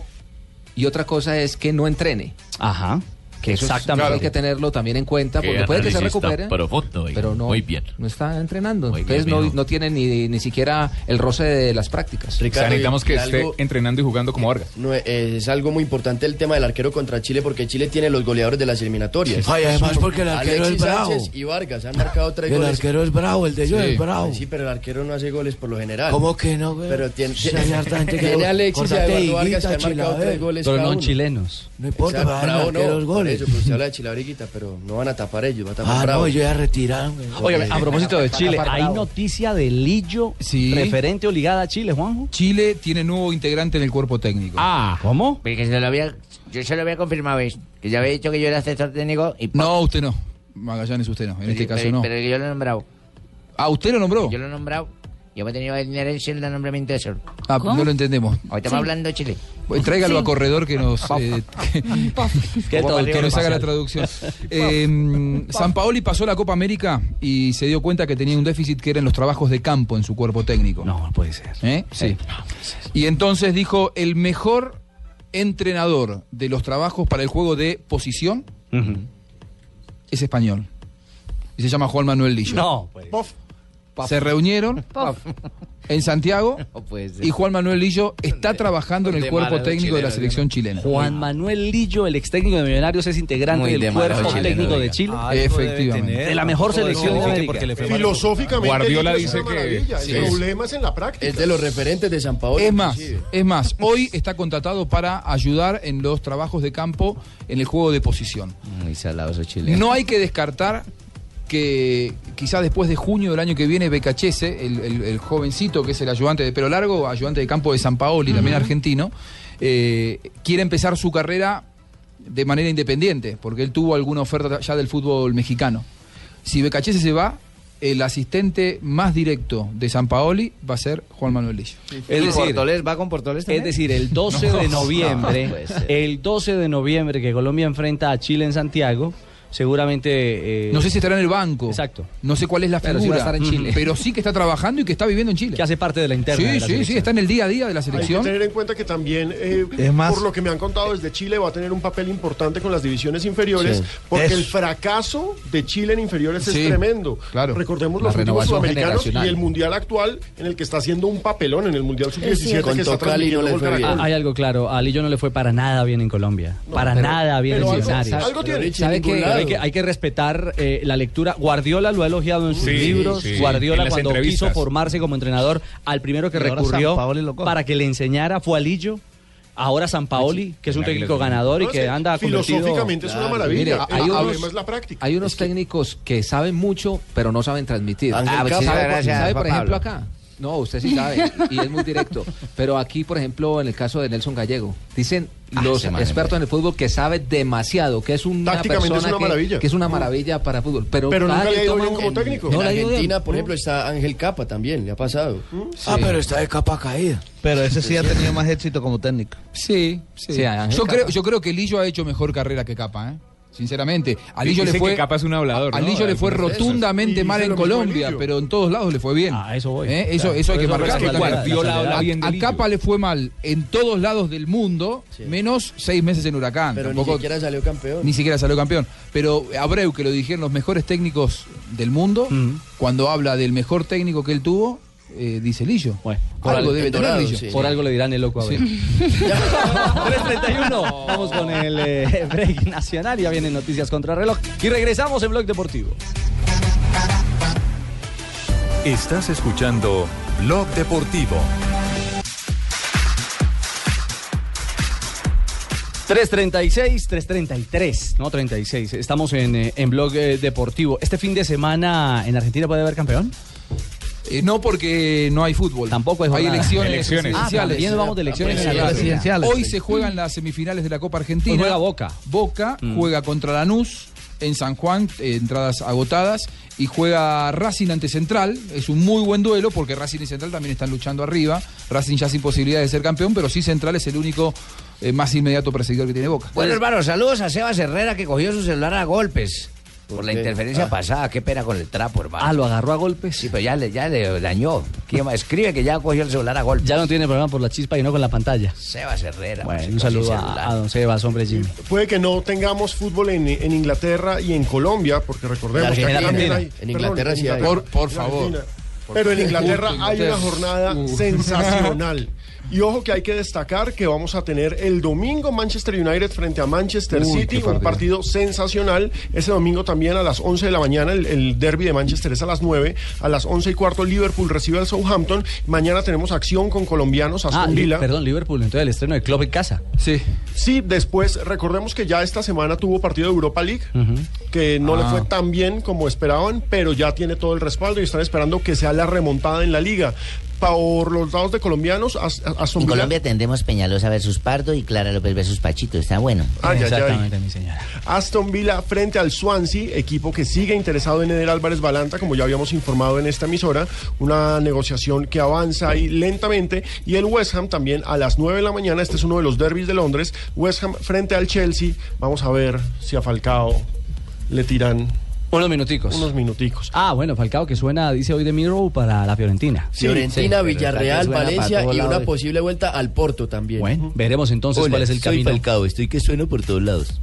y otra cosa es que no entrene. Ajá. Que eso es- Exactamente. hay que tenerlo también en cuenta porque puede que se recupere. pero no, muy bien. no está entrenando. Muy Entonces bien, no, mijo. no tiene ni, ni siquiera el roce de las prácticas. O sea, necesitamos que y esté algo- entrenando y jugando como Vargas. No, eh, es algo muy importante el tema del arquero contra Chile porque Chile tiene los goleadores de las eliminatorias. Ay, además porque el arquero Alexis es bravo. Sánchez y Vargas han marcado tres El goles. arquero es bravo, el de ellos es bravo. Sí, pero el arquero no hace goles por lo general. ¿Cómo que no, güey? Pero tiene, Sí, tiene, hay harta gente que- tiene a Alexis y a Cortate Eduardo Vargas que higuita, han marcado Chilaver. tres goles Pero cada no uno. chilenos. No importa, Exacto, pero Bravo hay no, arqueros por goles. eso, pero usted habla de Chilabriguita, pero no van a tapar ellos, va a tapar Ah, Bravo. no, yo ya retiraron. güey. Oye, a propósito de Chile, Bravo. ¿hay noticia de Lillo referente o ligada a Chile, Juanjo? Chile tiene nuevo integrante en el cuerpo técnico. Ah, ¿cómo? Porque se lo había, yo se lo había confirmado, ¿ves? Que ya había dicho que yo era asesor técnico y... No, usted no. Magallanes, usted no. En este Pero- caso pero- no. Pero yo lo he nombrado. Ah, usted lo nombró. Yo lo he nombrado. Yo hemos tenido inherencia en el nombramiento de eso. Ah, no lo entendemos. Estamos hablando de Chile. Pues, tráigalo Sí. a corredor que nos, eh, que, que Como que nos haga Pascal. la traducción. Eh, San Paoli pasó la Copa América y se dio cuenta que tenía un déficit que eran los trabajos de campo en su cuerpo técnico. No, puede ser. ¿Eh? Sí. Y entonces dijo, el mejor entrenador de los trabajos para el juego de posición es español. Y se llama Juan Manuel Lillo. No, Se reunieron en Santiago y Juan Manuel Lillo está trabajando en el De cuerpo malas los técnico de la chilenos, selección chilena. Juan Manuel Lillo, el ex técnico de Millonarios, es integrante Muy de del malas cuerpo los chilenos, técnico de oiga. Chile. Algo debe Efectivamente. tener, De la mejor tampoco selección de significa América. porque le fue mal. Filosóficamente, Guardiola el equipo dice es una que- maravilla, sí. El Es- problema es en la práctica. Es de los referentes de San Paolo. Es más, inclusive. es más, hoy está contratado para ayudar en los trabajos de campo en el juego de posición. Muy salados esos chilenos. No hay que descartar que quizás después de junio del año que viene Becachese, el, el- el jovencito que es el ayudante de pelo largo, ayudante de campo de San Paoli, también argentino, eh, quiere empezar su carrera de manera independiente, porque él tuvo alguna oferta ya del fútbol mexicano. Si Becachese se va, el asistente más directo de San Paoli va a ser Juan Manuel Lillo. Es decir, Portoles, va con Portoles Es también? decir, el 12 de No, noviembre, no puede ser. el 12 de noviembre que Colombia enfrenta a Chile en Santiago, seguramente... eh, No sé si estará en el banco. Exacto. No sé cuál es la Pero figura. sí va a estar en Chile. Pero sí que está trabajando y que está viviendo en Chile. Que hace parte de la interna Sí, de la sí, sí. selección. Está en el día a día de la Hay selección. que tener en cuenta que también, eh, Es más- por lo que me han contado desde Chile, va a tener un papel importante con las divisiones inferiores, Sí. porque Eso. el fracaso de Chile en inferiores Sí, es tremendo. claro. Recordemos La los últimos renovación sudamericanos y generacional. el mundial actual, en el que está haciendo un papelón en el mundial sub-17 que está transmitiendo Gol Caracol. Ah, Hay algo claro, a Lillo no le fue para nada bien en Colombia. para pero- nada bien en pero algo- Millonarios. algo tiene. ¿Sabe Pero qué? ningún lado. Hay que, hay que respetar eh, la lectura. Guardiola lo ha elogiado en sus Sí, libros. sí, en Guardiola las cuando entrevistas. quiso formarse como entrenador, al primero que Y ahora recurrió San Paoli lo coge. para que le enseñara fue a Lillo. Ahora San Paoli, que es un El Águila técnico también. ganador y No, que sí, anda convertido... filosóficamente es una Claro, maravilla. mire, El hay problema unos- es la práctica. Hay unos técnicos que saben mucho, pero no saben transmitir. Ángel Ah, pues, Capa. ¿Sabe, por- Gracias, sabe, Juan por ejemplo, Pablo. acá? No, usted sí sabe, y es muy directo. Pero aquí, por ejemplo, en el caso de Nelson Gallego, dicen Ah, los ese man es expertos en el fútbol que sabe demasiado, que es una Tácticamente es persona una que, maravilla. que es una maravilla para fútbol. Pero, Pero cada nunca le quien ha ido toma bien un- como técnico. No en le ha ido bien. Argentina, por ejemplo, está Ángel Capa también, le ha pasado. Ah, pero está de capa caída. Pero ese sí ha tenido más éxito como técnico. Sí, sí. Sí, a Ángel yo, Capa. creo, yo creo que Lillo ha hecho mejor carrera que Capa, ¿eh? Sinceramente, a Lillo le Dicen fue que Capa es un hablador, a ¿no? Lillo le fue Algunas veces. rotundamente Y mal dice en lo mismo de Colombia, Lillo. pero en todos lados le fue bien. Ah, eso voy. ¿Eh? Eso, Claro. eso hay que Eso es marcar. verdad, la Guardiola soledad. habla bien de a Lillo. Capa le fue mal en todos lados del mundo, menos seis meses en Huracán. Pero ni Tampoco- siquiera salió campeón. ni siquiera salió campeón. Pero Abreu, que lo dijeron los mejores técnicos del mundo, Mm. cuando habla del mejor técnico que él tuvo, eh, dice Lillo. Por algo algo, debe tener Lillo. por algo le dirán el loco a ver. 3.31. Vamos con el eh, break nacional. Ya vienen noticias contra reloj. Y regresamos en Blog Deportivo. Estás escuchando Blog Deportivo. 336, 333, no 36. Estamos en, eh, en Blog eh, Deportivo. ¿Este fin de semana en Argentina puede haber campeón? Eh, no, porque no hay fútbol. Tampoco hay Hay jornada. elecciones, Ah, también vamos de elecciones en la tarde. Hoy se juegan las semifinales de la Copa Argentina. Hoy juega Pues Boca. Boca Mm. juega contra Lanús. en San Juan, eh, entradas agotadas. Y juega Racing ante Central. Es un muy buen duelo porque Racing y Central también están luchando arriba. Racing ya sin posibilidad de ser campeón, pero sí Central es el único eh, más inmediato perseguidor que tiene Boca. Bueno, hermano, saludos a Sebas Herrera que cogió su celular a golpes. Por la qué? interferencia Ah. pasada, qué pena con el trapo, hermano. Ah, lo agarró a golpes. Sí, pero ya le, ya le dañó. ¿Quién más? Escribe que ya cogió el celular a golpes. Ya no tiene problema por la chispa y no con la pantalla. Sebas Herrera. Bueno, un saludo a, a don Sebas, hombre Jimmy. Puede que no tengamos fútbol en, en Inglaterra y en Colombia, porque recordemos que En aquí Argentina. también hay- En perdón, Inglaterra sí hay. Por- por En favor. Argentina. Pero en Inglaterra Puto hay una Inglaterra. jornada Uh. sensacional. Y ojo que hay que destacar que vamos a tener el domingo Manchester United frente a Manchester Uy, City, qué un partido. partido sensacional. Ese domingo también a las 11 de la mañana, el, derby de Manchester es a las 9. A las 11 y cuarto Liverpool recibe al Southampton. Mañana tenemos acción con colombianos, Aston Ah, Li- Villa. perdón, Liverpool, entonces el estreno de Klopp en casa. Sí. Sí, después recordemos que ya esta semana tuvo partido de Europa League, que no le Ah. fue tan bien como esperaban, pero ya tiene todo el respaldo y están esperando que sea la remontada en la liga. Por los lados de colombianos, As- As- Aston En Villa- Colombia tendremos Peñalosa versus Pardo y Clara López versus Pachito. Está bueno. Ah, ya, ya, Exactamente, ahí. mi señora. Aston Villa frente al Swansea, equipo que sigue interesado en Eder Álvarez Balanta, como ya habíamos informado en esta emisora, una negociación que avanza ahí lentamente, y el West Ham también a las 9 de la mañana, este es uno de los derbis de Londres, West Ham frente al Chelsea, vamos a ver si a Falcao le tiran unos minuticos. Unos minuticos. Ah, bueno, Falcao que suena, dice hoy de Miro para la Fiorentina. Fiorentina, Sí, Villarreal, pero está que suena Valencia para todo y una lado. posible vuelta al Porto también. Bueno, veremos entonces Hola, cuál es el soy camino. Falcao, estoy que sueno por todos lados.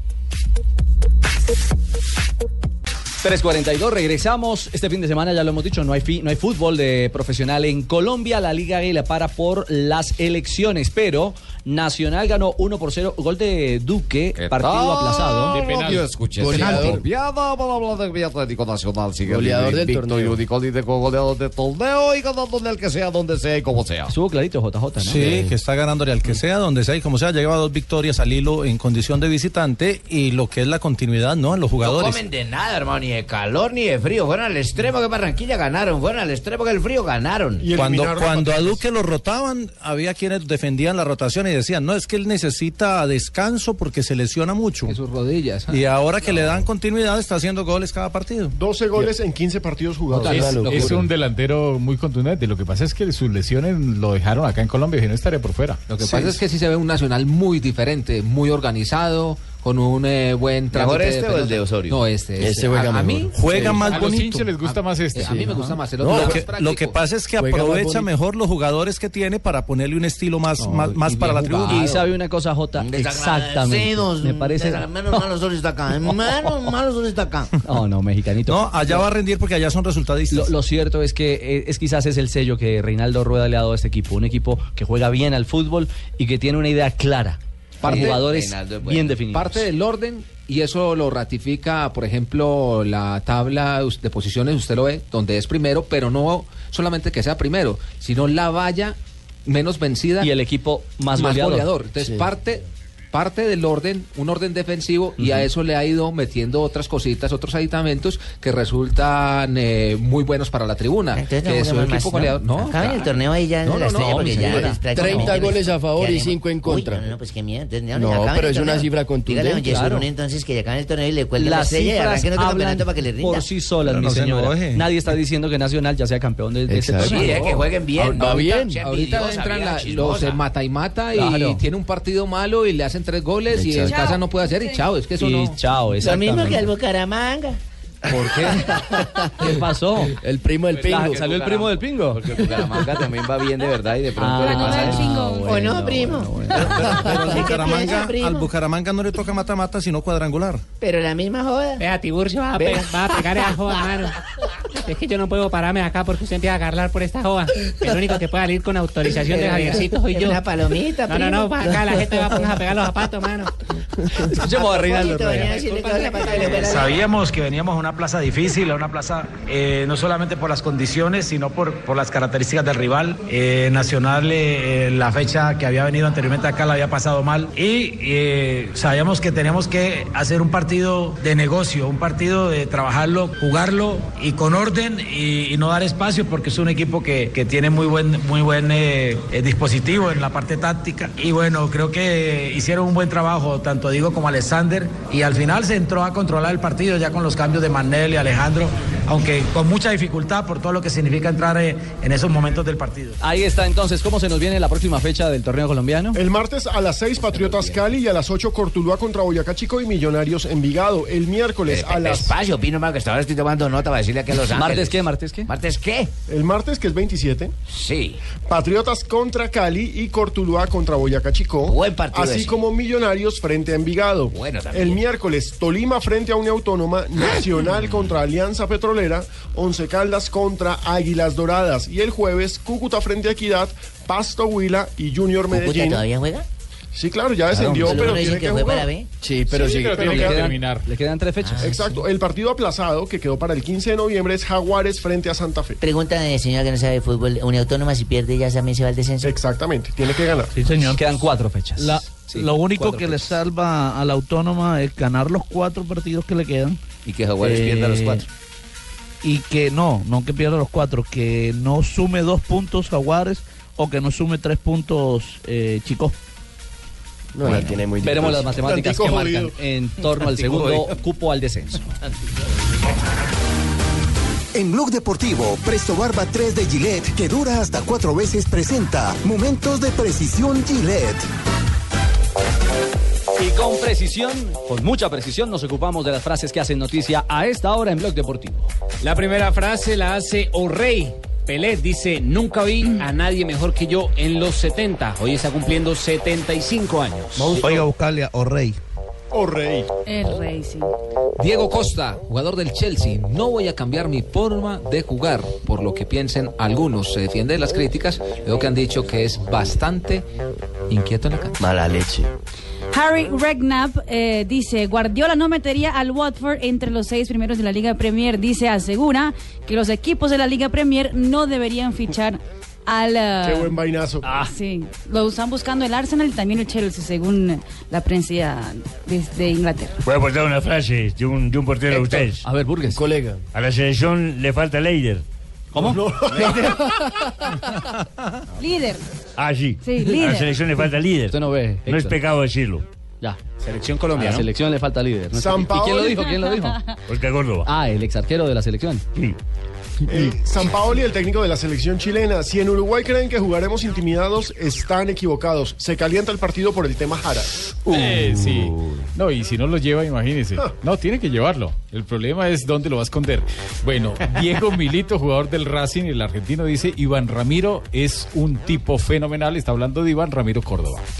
3.42, regresamos. Este fin de semana, ya lo hemos dicho, no hay, fi- no hay fútbol de profesional en Colombia. La Liga Águila para por las elecciones, pero Nacional ganó 1 por 0. Gol de Duque, partido tal? aplazado. De ¡Oh! penal. Yo escuché ese Penalti. gol. Atlético Nacional sigue Goleador del invicto torneo. y único líder con goleador del torneo y ganándole al que sea, donde sea y como sea. Estuvo clarito JJ, ¿no? Sí, que está ganándole al que sea, donde sea y como sea. Llegaba dos victorias al hilo en condición de visitante y lo que es la continuidad, ¿no? En los No jugadores. comen de nada, hermano, ni de calor ni de frío. Fueron al extremo que Barranquilla ganaron, fueron al extremo que el frío ganaron. Cuando, cuando a Duque lo rotaban, había quienes defendían la rotación y decían, no, es que él necesita descanso porque se lesiona mucho. sus rodillas. ¿eh? Y ahora que le dan continuidad, está haciendo goles cada partido. 12 goles en 15 partidos jugados. Es, es un delantero muy contundente. Lo que pasa es que sus lesiones lo dejaron acá en Colombia y no estaría por fuera. Lo que pasa es que sí se ve un Nacional muy diferente, muy organizado, con un eh, buen trabajo. ¿Mejor este o el de Osorio? No, este. Este juega a, a mejor. mí Juega más a los bonito. hinchas les gusta más este. A, mí me gusta más el No, otro. lo, más que, práctico. lo que pasa es que Juega más aprovecha bonito. mejor los jugadores que tiene para ponerle un estilo más, más, más para la tribuna. Y sabe una cosa, J. Exactamente. Desagradecidos, Me parece. desag- Menos malos Osorio está acá. Menos malos Osorio está acá. No, no, mexicanito. No, allá va a rendir porque allá son resultadistas. Lo, lo cierto es que eh, es quizás es el sello que Reinaldo Rueda le ha dado a este equipo. Un equipo que juega bien al fútbol y que tiene una idea clara. Para Parte- jugadores Reinaldo es bueno. bien definidos. Parte del orden, y eso lo ratifica, por ejemplo, la tabla us- de posiciones, usted lo ve, donde es primero, pero no solamente que sea primero, sino la valla menos vencida. Y el equipo más goleador. Entonces, Sí. parte parte del orden, un orden defensivo, y a eso le ha ido metiendo otras cositas, otros aditamentos que resultan eh, muy buenos para la tribuna. Entonces no que es un juguemos más, equipo goleador. ¿no? No, Acaben el torneo ahí ya en la estrella porque mi ya señora. les prácticamente 30 goles a favor y quedaremos- cinco en Uy, contra. no, no, pues qué miedo. Entonces, ya No, acaban pero el es una torneo. cifra Dígale a contundente, don Yesurún, claro. entonces que ya acaben el torneo y le cuelguen la, Las estrella y cifras arranquen otro hablan campeonato para que le rinda. por sí solas, Pero mi no se señora. enoje. Nadie está diciendo que Nacional ya sea campeón de, de este Exacto. torneo. Sí, eh, que jueguen bien, Va ¿no? bien. Sean Ahorita envidiosos, entran había la- chismosa. los de mata y mata y Claro. tiene un partido malo y le hacen tres goles y en Exacto. casa no puede hacer y chao. Es que eso Y no. chao, Lo mismo que el Bucaramanga. ¿Por qué? ¿Qué pasó? El primo del pingo. ¿Salió el primo del pingo? Porque Bucaramanga también va bien de verdad y de pronto le pasa eso. Ah, ¿O no, primo? Pero al ¿Qué piensa, Bucaramanga, primo? al Bucaramanga no le toca mata-mata, sino cuadrangular. Pero la misma joda. Vea, Tiburcio va a, Vea. pe- va a pegar esa joda, mano. Es que yo no puedo pararme acá porque usted empieza a agarrar por esta joda. El único que puede salir con autorización de Javiercito soy Pero yo. una palomita, No, no, no, primo. para acá la gente va a poner a pegar los zapatos, mano. Escuchemos a Reinaldo Rueda. venía a decirle que los zapatos le vuelan. Sabíamos que veníamos a una plaza difícil, a una plaza eh, no solamente por las condiciones, sino por, por las características del rival. Eh, Nacional, eh, eh, la fecha que había venido anteriormente acá la había pasado mal. Y eh, sabíamos que teníamos que hacer un partido de negocio, un partido de trabajarlo, jugarlo y con orden. orden y, y no dar espacio porque es un equipo que, que tiene muy buen, muy buen eh, eh, dispositivo en la parte táctica. Y bueno, creo que hicieron un buen trabajo, tanto Diego como Alexander. Y al final se entró a controlar el partido ya con los cambios de Manel y Alejandro, aunque con mucha dificultad por todo lo que significa entrar eh, en esos momentos del partido. Ahí está entonces, ¿cómo se nos viene la próxima fecha del torneo colombiano? El martes a las 6 Patriotas Cali y a las 8 Cortuluá contra Boyacá Chico y Millonarios Envigado. El miércoles a las Espacio, Pino Marco, hasta ahora estoy tomando nota para decirle aquí a los ángeles. ¿Martes qué? ¿Martes qué? ¿Martes qué? El martes que es 27. Sí. Patriotas contra Cali y Cortuluá contra Boyacá Chico. Buen partido Así ese. como Millonarios frente a Envigado. Bueno, también. Mm. el miércoles Tolima frente a Unión Autónoma, Nacional contra Alianza Petrolera, Once Caldas contra Águilas Doradas y el jueves Cúcuta frente a Equidad, Pasto Huila y Junior ¿Cúcuta Medellín. todavía juega? Sí, claro, ya descendió, Pero pero uno dice tiene que que fue jugar. para B. Ah, Sí, pero sí, pero le, queda- quedan, le quedan tres fechas. Exacto, el partido aplazado que quedó para el 15 de noviembre es Jaguares frente a Santa Fe. Pregunta de señora que no sabe de fútbol. Una autónoma si pierde ya también se va al descenso. Exactamente, tiene que ganar. Sí, señor. Quedan cuatro fechas. La- Sí, lo único cuatro que le salva a la autónoma es ganar los cuatro partidos que le quedan. Eh, Y que Jaguares pierda los cuatro. Y que no, no que pierda los cuatro, que no sume dos puntos Jaguares o que no sume tres puntos eh, Chicos. No, Bueno, la tiene muy difícil. veremos las matemáticas que Tantico marcan jodido. en torno al Tantico segundo jodido. cupo al descenso. En Blog Deportivo, Presto Barba 3 de Gillette, que dura hasta cuatro veces, presenta Momentos de Precisión Gillette. Y con precisión, con mucha precisión, nos ocupamos de las frases que hacen noticia a esta hora en Blog Deportivo. La primera frase la hace O'Rey. Pelé dice, nunca vi a nadie mejor que yo en los 70. Hoy está cumpliendo 75 años. Oiga, buscarle a Orrey. O rey. El rey, sí. Diego Costa, jugador del Chelsea, no voy a cambiar mi forma de jugar, por lo que piensen algunos. Se defiende de las críticas, veo que han dicho que es bastante inquieto en la cancha. Mala leche. Harry Redknapp eh, dice, Guardiola no metería al Watford entre los seis primeros de la Liga Premier. Dice, asegura que los equipos de la Liga Premier no deberían fichar al... eh, Qué buen vainazo. Sí, lo están buscando el Arsenal y también el Chelsea, según la prensa de, de Inglaterra. Voy a aportar una frase de un, de un portero de Héctor, ustedes. A ver, Burgues. colega. A la selección le falta Leider. ¿Cómo? Líder. Ah, sí. Sí, A líder. la selección le falta líder. Usted no ve, No es Héctor. pecado decirlo. Ya. Selección A la selección le falta líder. ¿no? San ¿Y quién lo Paoli. dijo? ¿Quién lo dijo? Oscar Córdoba. Ah, el ex arquero de la selección. San Paoli, el técnico de la selección chilena. Si en Uruguay creen que jugaremos intimidados, están equivocados. Se calienta el partido por el tema Jara. Eh, sí. No, y si no lo lleva, imagínese. No, tiene que llevarlo. El problema es dónde lo va a esconder. Bueno, Diego Milito, jugador del Racing, el argentino, dice, Iván Ramiro es un tipo fenomenal. Está hablando de Iván Ramiro Córdoba.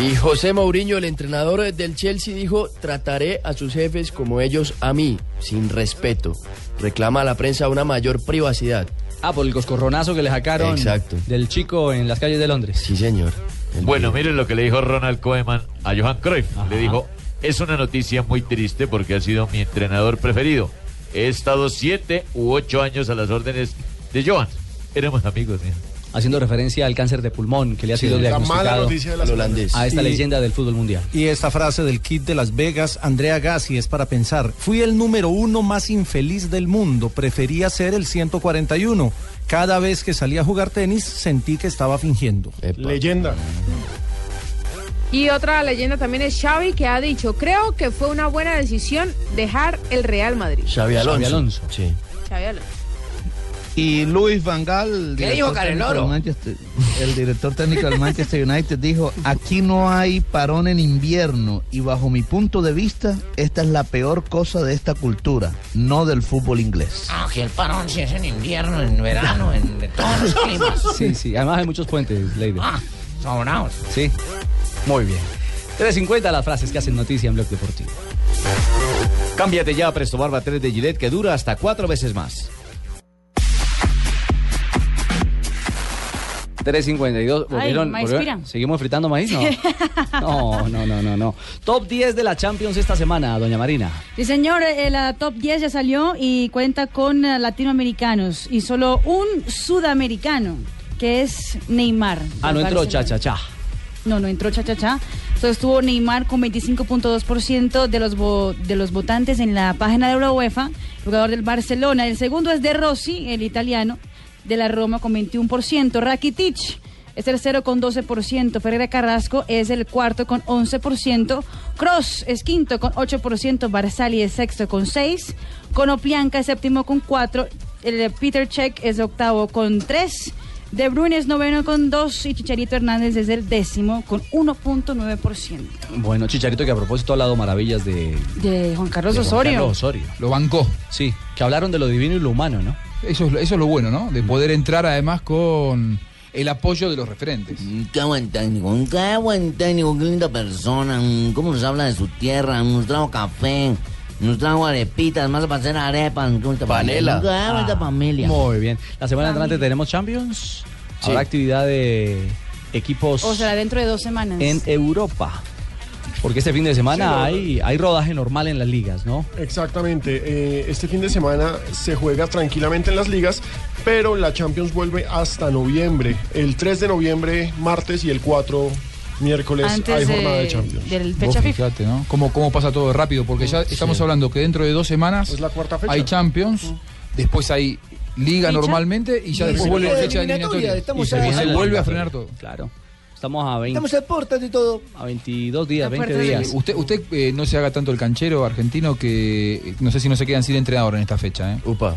Y José Mourinho, el entrenador del Chelsea, dijo, trataré a sus jefes como ellos a mí, sin respeto. Reclama a la prensa una mayor privacidad. Ah, por el coscorronazo que le sacaron Exacto. del chico en las calles de Londres. Sí, señor. Bueno, miren lo que le dijo Ronald Koeman a Johan Cruyff. Le dijo, es una noticia muy triste porque ha sido mi entrenador preferido. He estado siete u ocho años a las órdenes de Johan. Éramos amigos. ¿eh? Haciendo referencia al cáncer de pulmón que le ha Sí, sido la mala diagnosticado noticia de las holandés. a esta Y- leyenda del fútbol mundial. Y esta frase del kit de Las Vegas, Andrea Gassi, es para pensar. Fui el número uno más infeliz del mundo. Prefería ser el 141. Cada vez que salía a jugar tenis, sentí que estaba fingiendo. Leyenda. Y otra leyenda también es Xavi, que ha dicho, creo que fue una buena decisión dejar el Real Madrid. Xavi Alonso. Sí. Xavi Alonso. Y Luis Vangal, ¿Qué dijo Careloro? el director técnico del Manchester United, dijo, aquí no hay parón en invierno y bajo mi punto de vista, esta es la peor cosa de esta cultura, no del fútbol inglés. Ah, que el parón si es en invierno, en verano, en de todos los climas. Sí, sí. Además hay muchos puentes, Leider. Ah, Sobrados. Sí. Muy bien. 3.50 las frases que hacen noticia en Blog Deportivo. Cámbiate ya a Presto Barba 3 de Gillette, que dura hasta cuatro veces más. 3.52. Volvieron, maíz volvieron. pira. ¿Seguimos fritando maíz? No. no, no, no, no, no. Top 10 de la Champions esta semana, doña Marina. Sí, señor, eh, la top 10 ya salió y cuenta con eh, latinoamericanos y solo un sudamericano, que es Neymar. Ah, no del entró, cha, Barcelona. cha, cha. No, no entró cha cha cha. Entonces estuvo Neymar con 25.2% de los vo- de los votantes en la página de la UEFA jugador del Barcelona. El segundo es De Rossi, el italiano, de la Roma con 21%. Rakitic es tercero con 12%. Ferreira Carrasco es el cuarto con 11%. Cross es quinto con 8%. Barzali es sexto con 6%. Conoplianca es séptimo con 4%. El Peter Check es octavo con 3%. De Bruyne es noveno con 2 y Chicharito Hernández es el décimo con 1.9%. Bueno, Chicharito, que a propósito ha hablado maravillas de, De Juan Carlos de Juan Osorio. Carlos Osorio. Lo bancó. Sí, que hablaron de lo divino y lo humano, ¿no? Mm. Eso es, lo- eso es lo bueno, ¿no? De poder entrar además con el apoyo de los referentes. Qué buen técnico, mm, qué buen técnico, qué linda persona. mm, Cómo nos habla de su tierra, mm, nos trajo café, nos trajo arepitas, más para hacer arepas. mm, qué bonita Panela. familia, mm, Qué bonita Ah, familia. Muy bien. La semana entrante tenemos Champions. Habrá actividad de equipos O sea, dentro de dos semanas. en Europa. Porque este fin de Sí, lo- semana hay, hay rodaje normal en las ligas, ¿no? Exactamente. eh, este fin de semana se juega tranquilamente en las ligas, pero la Champions vuelve hasta noviembre. El 3 de noviembre, martes, y el 4 miércoles Antes hay de- jornada de Champions. del fecha Vos FIFA. fijate, ¿no? Cómo, cómo pasa todo de rápido, porque ya estamos hablando que dentro de dos semanas Es la cuarta fecha. hay Champions, después hay Liga ¿Fecha? normalmente y ya Y después se vuelve viene fecha la eliminatoria. eliminatoria, estamos y se, a- y se a la vuelve a eliminatoria. frenar todo. Claro. Estamos a 20. Estamos a puertas de todo. A 22 días, 20 días. Usted, usted eh, no se haga tanto el canchero argentino que eh, no sé si no se quedan sin entrenador en esta fecha, ¿eh? Upa.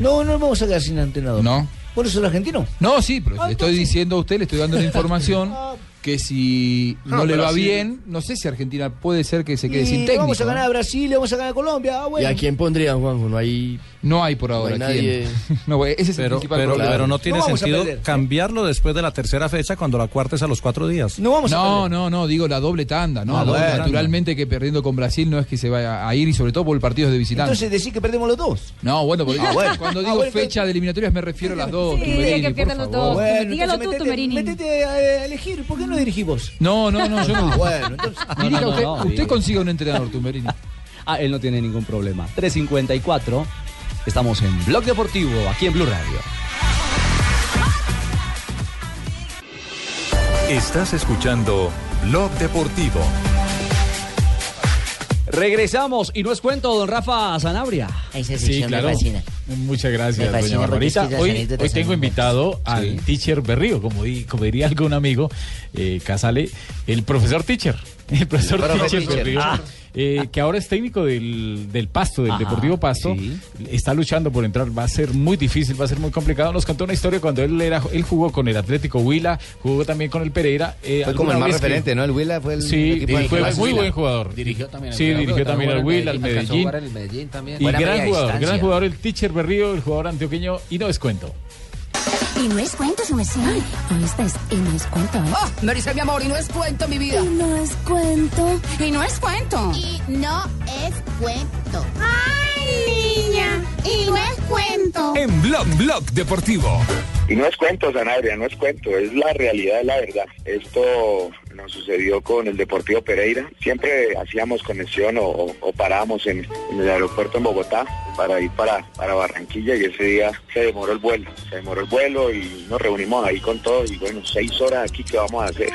No, no vamos a quedar sin entrenador. No. ¿Por eso el argentino? No, sí, pero le estoy diciendo a usted, le estoy dando la información que si no, Ah, le pero va sí. bien, no sé si Argentina puede ser que se quede Y sin le técnico. ¿eh? vamos a ¿no? ganar a Brasil, le vamos a ganar a Colombia. Ah, bueno. ¿Y a quién pondrían, Juanjo? No hay. No hay por ahora. ¿quién? nadie. No, güey, ese es el Pero, principal pero, problema. pero no tiene No vamos a sentido perder, ¿sí? cambiarlo después de la tercera fecha cuando la cuarta es a los cuatro días. no, no, no, digo la doble tanda, ¿no? Ah, doble tanda. Naturalmente que perdiendo con Brasil no es que se vaya a ir y sobre todo por partidos de visitante. Entonces decir que perdemos los dos. no, bueno, porque Ah, bueno. cuando digo Ah, bueno, fecha de eliminatorias me refiero a las dos. Sí, Tumberini, que por pierdan los favor. dos. Bueno, Dígalo entonces tú, metete- Tumberini. Metete a, eh, a elegir, ¿por qué no dirigís vos? No, no, no, yo no. Bueno, entonces. No, Dirija no, usted, no, usted sí. consiga un entrenador, Tumberini. Ah, él no tiene ningún problema. 354. Estamos en Blog Deportivo, aquí en Blue Radio. Estás escuchando Blog Deportivo. Regresamos y no es cuento, don Rafa Sanabria. Esa Muchas Me gracias, fascina doña porque Barbarita. estas Hoy, anécdotas hoy son tengo muy invitado al teacher Berrío, como, di- como diría algún amigo, eh, Casale, el profesor teacher. El profesor El profe teacher, teacher. Berrío, Ah. eh, que ahora es técnico del, del Pasto, del Ajá, Deportivo Pasto. Está luchando por entrar, va a ser muy difícil, va a ser muy complicado. Nos contó una historia cuando él era él jugó con el Atlético Huila, jugó también con el Pereira. eh, Fue como alguna el más vez que- referente, ¿no? El Huila fue el Sí, equipo del fue que más muy Huila. buen jugador. Dirigió también al Sí, Huila. dirigió también al Huila, al Alcanzó a Medellín. jugar en el Medellín también. Y Buena gran media jugador, distancia. gran jugador el teacher Berrío, el jugador antioqueño, y no es cuento. Y no es cuento, su merced. Ahí está, es- y no es cuento, ¿eh? Ah, Oh, Marisa, mi amor, y no es cuento, mi vida. Y no es cuento. Y no es cuento. Y no es cuento. ¡Ay, niña! Y no es cuento. En Blog Blog Deportivo. Y no es cuento, Sanabria, no es cuento, es la realidad de la verdad. Esto nos sucedió con el Deportivo Pereira. Siempre hacíamos conexión o, o- o parábamos en, en el aeropuerto en Bogotá para ir para, para Barranquilla y ese día se demoró el vuelo. Se demoró el vuelo y nos reunimos ahí con todos y bueno, seis horas aquí, ¿qué vamos a hacer?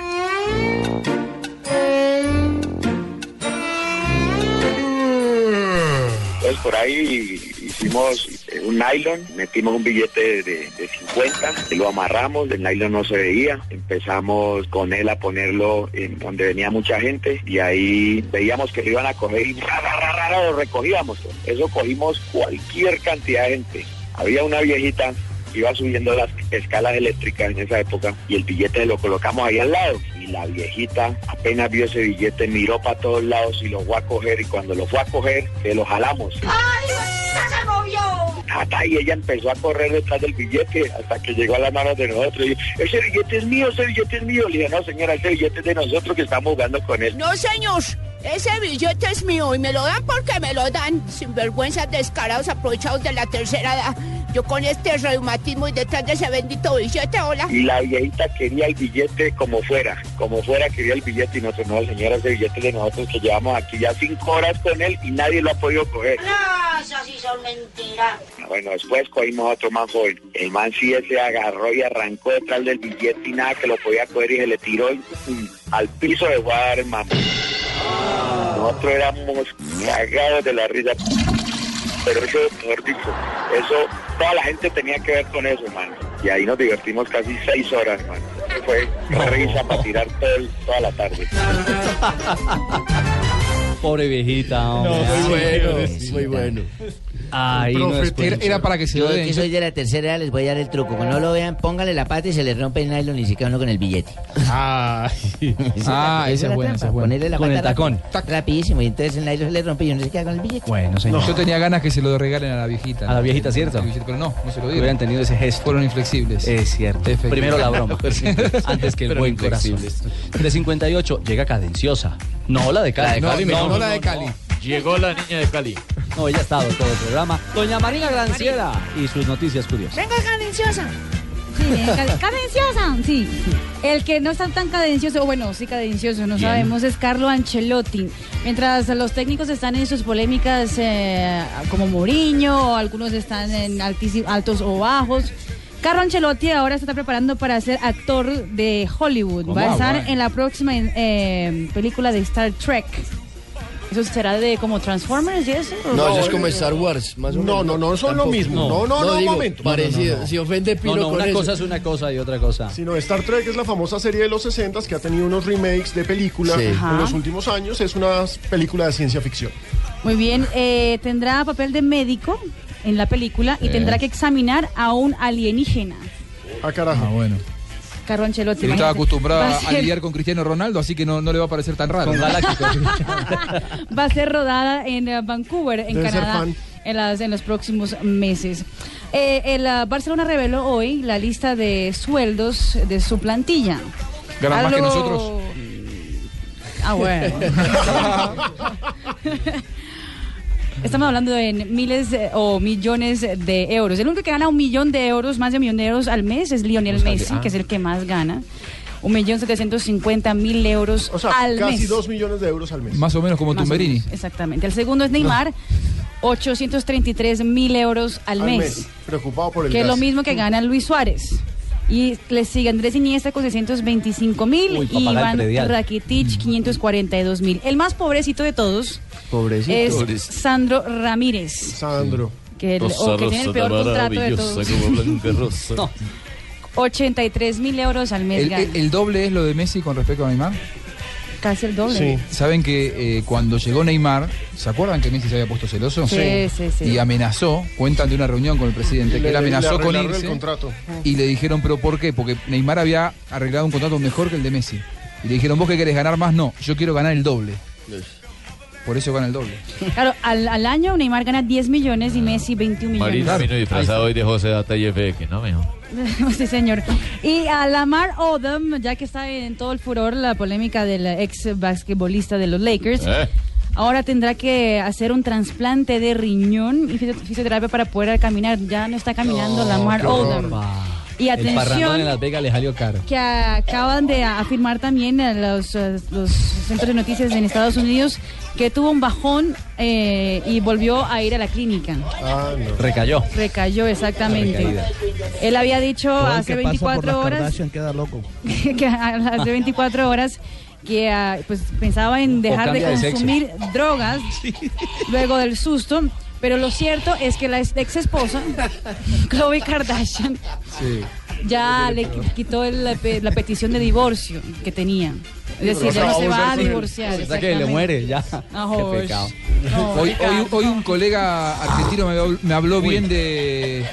Entonces por ahí hicimos eh, un nylon, metimos un billete de, de 50, lo amarramos, el nylon no se veía, empezamos con él a ponerlo en donde venía mucha gente y ahí veíamos que lo iban a coger y ra, ra, ra, ra, ra, lo recogíamos. Eso cogimos cualquier cantidad de gente. Había una viejita que iba subiendo las escalas eléctricas en esa época y el billete lo colocamos ahí al lado. Y la viejita apenas vio ese billete, miró para todos lados y lo fue a coger y cuando lo fue a coger, se lo jalamos. ¡Ay, se movió! Tata, y ella empezó a correr detrás del billete hasta que llegó a las manos de nosotros. Y, ese billete es mío, ese billete es mío. Le dije, no señora, ese billete es de nosotros que estamos jugando con él. No, señor. Ese billete es mío y me lo dan porque me lo dan. Sinvergüenzas, descarados, aprovechados de la tercera edad. Yo con este reumatismo y detrás de ese bendito billete, hola. Y la viejita quería el billete como fuera, como fuera quería el billete y nosotros, no señora, ese billete es de nosotros que llevamos aquí ya cinco horas con él y nadie lo ha podido coger. No, esas sí son mentiras. Bueno, después cogimos a otro más joven. El man sí se agarró y arrancó detrás del billete y nada que lo podía coger y se le tiró y, mm, al piso de Guadalajara, hermano. Nosotros éramos cagados de la risa. Pero eso, mejor dicho, eso, toda la gente tenía que ver con eso, hermano. Y ahí nos divertimos casi seis horas, hermano. Eso Fue risa para tirar todo el- toda la tarde. Pobre viejita, hombre. muy bueno, muy bueno. Ay, no es posible. Yo que soy de la tercera edad les voy a dar el truco. Cuando no lo vean, pónganle la pata y se le rompe el nylon y se queda uno con el billete. Ah, Ah, esa es buena, esa es buena. Ponerle la Con el pata tacón. rápido, Rapidísimo. Y entonces el nylon se le rompe y uno se queda con el billete. Bueno, señor. Yo tenía ganas que se lo regalen a la viejita. A la viejita, ¿cierto? Pero no, no se lo Hubieran dieron. tenido ese gesto. Fueron inflexibles. Es cierto. Primero la broma. Antes que el Pero buen corazón. inflexibles. De 58 llega cadenciosa. No la de Cali. La de Cali, no, mejor. no, No la de no, Cali. Llegó la niña de Cali. no. No, ella ha estado todo el programa. Doña Marina Granciera y sus noticias curiosas. Venga, cadenciosa. Sí, venga, ca- cadenciosa, sí. El que no está tan cadencioso, o bueno, sí cadencioso, no Bien. sabemos, es Carlo Ancelotti. Mientras los técnicos están en sus polémicas eh, como Mourinho, o algunos están en altísi- altos o bajos. Carlo Ancelotti ahora se está preparando para ser actor de Hollywood. Va a Wow, estar guay. en la próxima eh, película de Star Trek. ¿Eso será de como Transformers y eso? No, eso es como Star Wars, más o menos. No, no, no, son lo Tampoco. mismo. No, no, no, digo, momento. Parecido. No, no, no. Si ofende Pino No, no, con una eso. cosa es una cosa y otra cosa. Sino Star Trek es la famosa serie de los 60 que ha tenido unos remakes de películas Sí. en Ajá. los últimos años. Es una película de ciencia ficción. Muy bien, eh, tendrá papel de médico en la película y Sí. tendrá que examinar a un alienígena, Ah, carajo. bueno. Carlo Ancelotti. Él estaba imagínate. acostumbrado Va a, a ser- lidiar con Cristiano Ronaldo, así que no, no le va a parecer tan raro. Va a ser rodada en eh, Vancouver, en Debe ser Canadá, fan. en, las- en los próximos meses. Eh, el ah, Barcelona reveló hoy la lista de sueldos de su plantilla. Ganan más que Algo- nosotros. Ah, bueno. Estamos hablando en miles eh, o millones de euros. El único que gana un millón de euros, más de un millón de euros al mes, es Pues, Lionel sea, Messi, ah. que es el que más gana. Un millón setecientos cincuenta mil euros O sea, al casi mes. dos millones de euros al mes. Más o menos como Más o Tumberini. menos, Exactamente. El segundo es Neymar, 833 mil euros al, Al mes, mes. Mm. Preocupado por el que es gas. lo mismo que gana Luis Suárez. Y le sigue Andrés Iniesta con 625 Uy, mil pa' pagar y el Iván predial. Mm. Rakitic 542 mil. El más pobrecito de todos Pobrecito. es Pobrecito. Sandro Ramírez. Sandro. Que el- o que tiene el peor contrato de todos. No. 83 mil euros al mes El, gana. el- el doble es lo de Messi con respecto a Neymar. Casi el doble. Saben que eh, cuando llegó Neymar, ¿se acuerdan que Messi se había puesto celoso? Sí, sí, sí. Y amenazó, cuentan de una reunión con el presidente, que Le- él amenazó le con arreglaron el irse. contrato. Y le dijeron, ¿pero por qué? Porque Neymar había arreglado un contrato mejor que el de Messi. Y le dijeron, ¿vos que querés ganar más? No, yo quiero ganar el doble. Por eso gana el doble. Claro, al, al año Neymar gana 10 millones y Messi 21 millones. Marina vino disfrazado hoy de José Data y FX, ¿no, mijo? sí, señor. Y a Lamar Odom, ya que está en todo el furor la polémica del ex basquetbolista de los Lakers, Eh. ahora tendrá que hacer un trasplante de riñón y fisio- fisioterapia para poder caminar. Ya no está caminando Lamar Odom. Y El parrandón en atención Las Vegas le salió caro. que acaban de afirmar también eh, los, eh, los centros de noticias en Estados Unidos que tuvo un bajón eh, y volvió a ir a la clínica. Ah, Recayó. Recayó exactamente. Recaída. Él había dicho Todo el hace que pasa por 24 las horas Kardashian queda loco. que hace 24 horas que ah, pues pensaba en dejar de cambia de sexo. consumir drogas luego del susto. Pero lo cierto es que la ex esposa, Khloe Kardashian, Sí. ya le qui- quitó el- la, pe- la petición de divorcio que tenía. Es decir, Pero ya no se acabamos va de a hacer- divorciar. Hasta que le muere, ya. Ah, joder. No, hoy, qué hoy- hoy un colega argentino me habló, me habló bien de,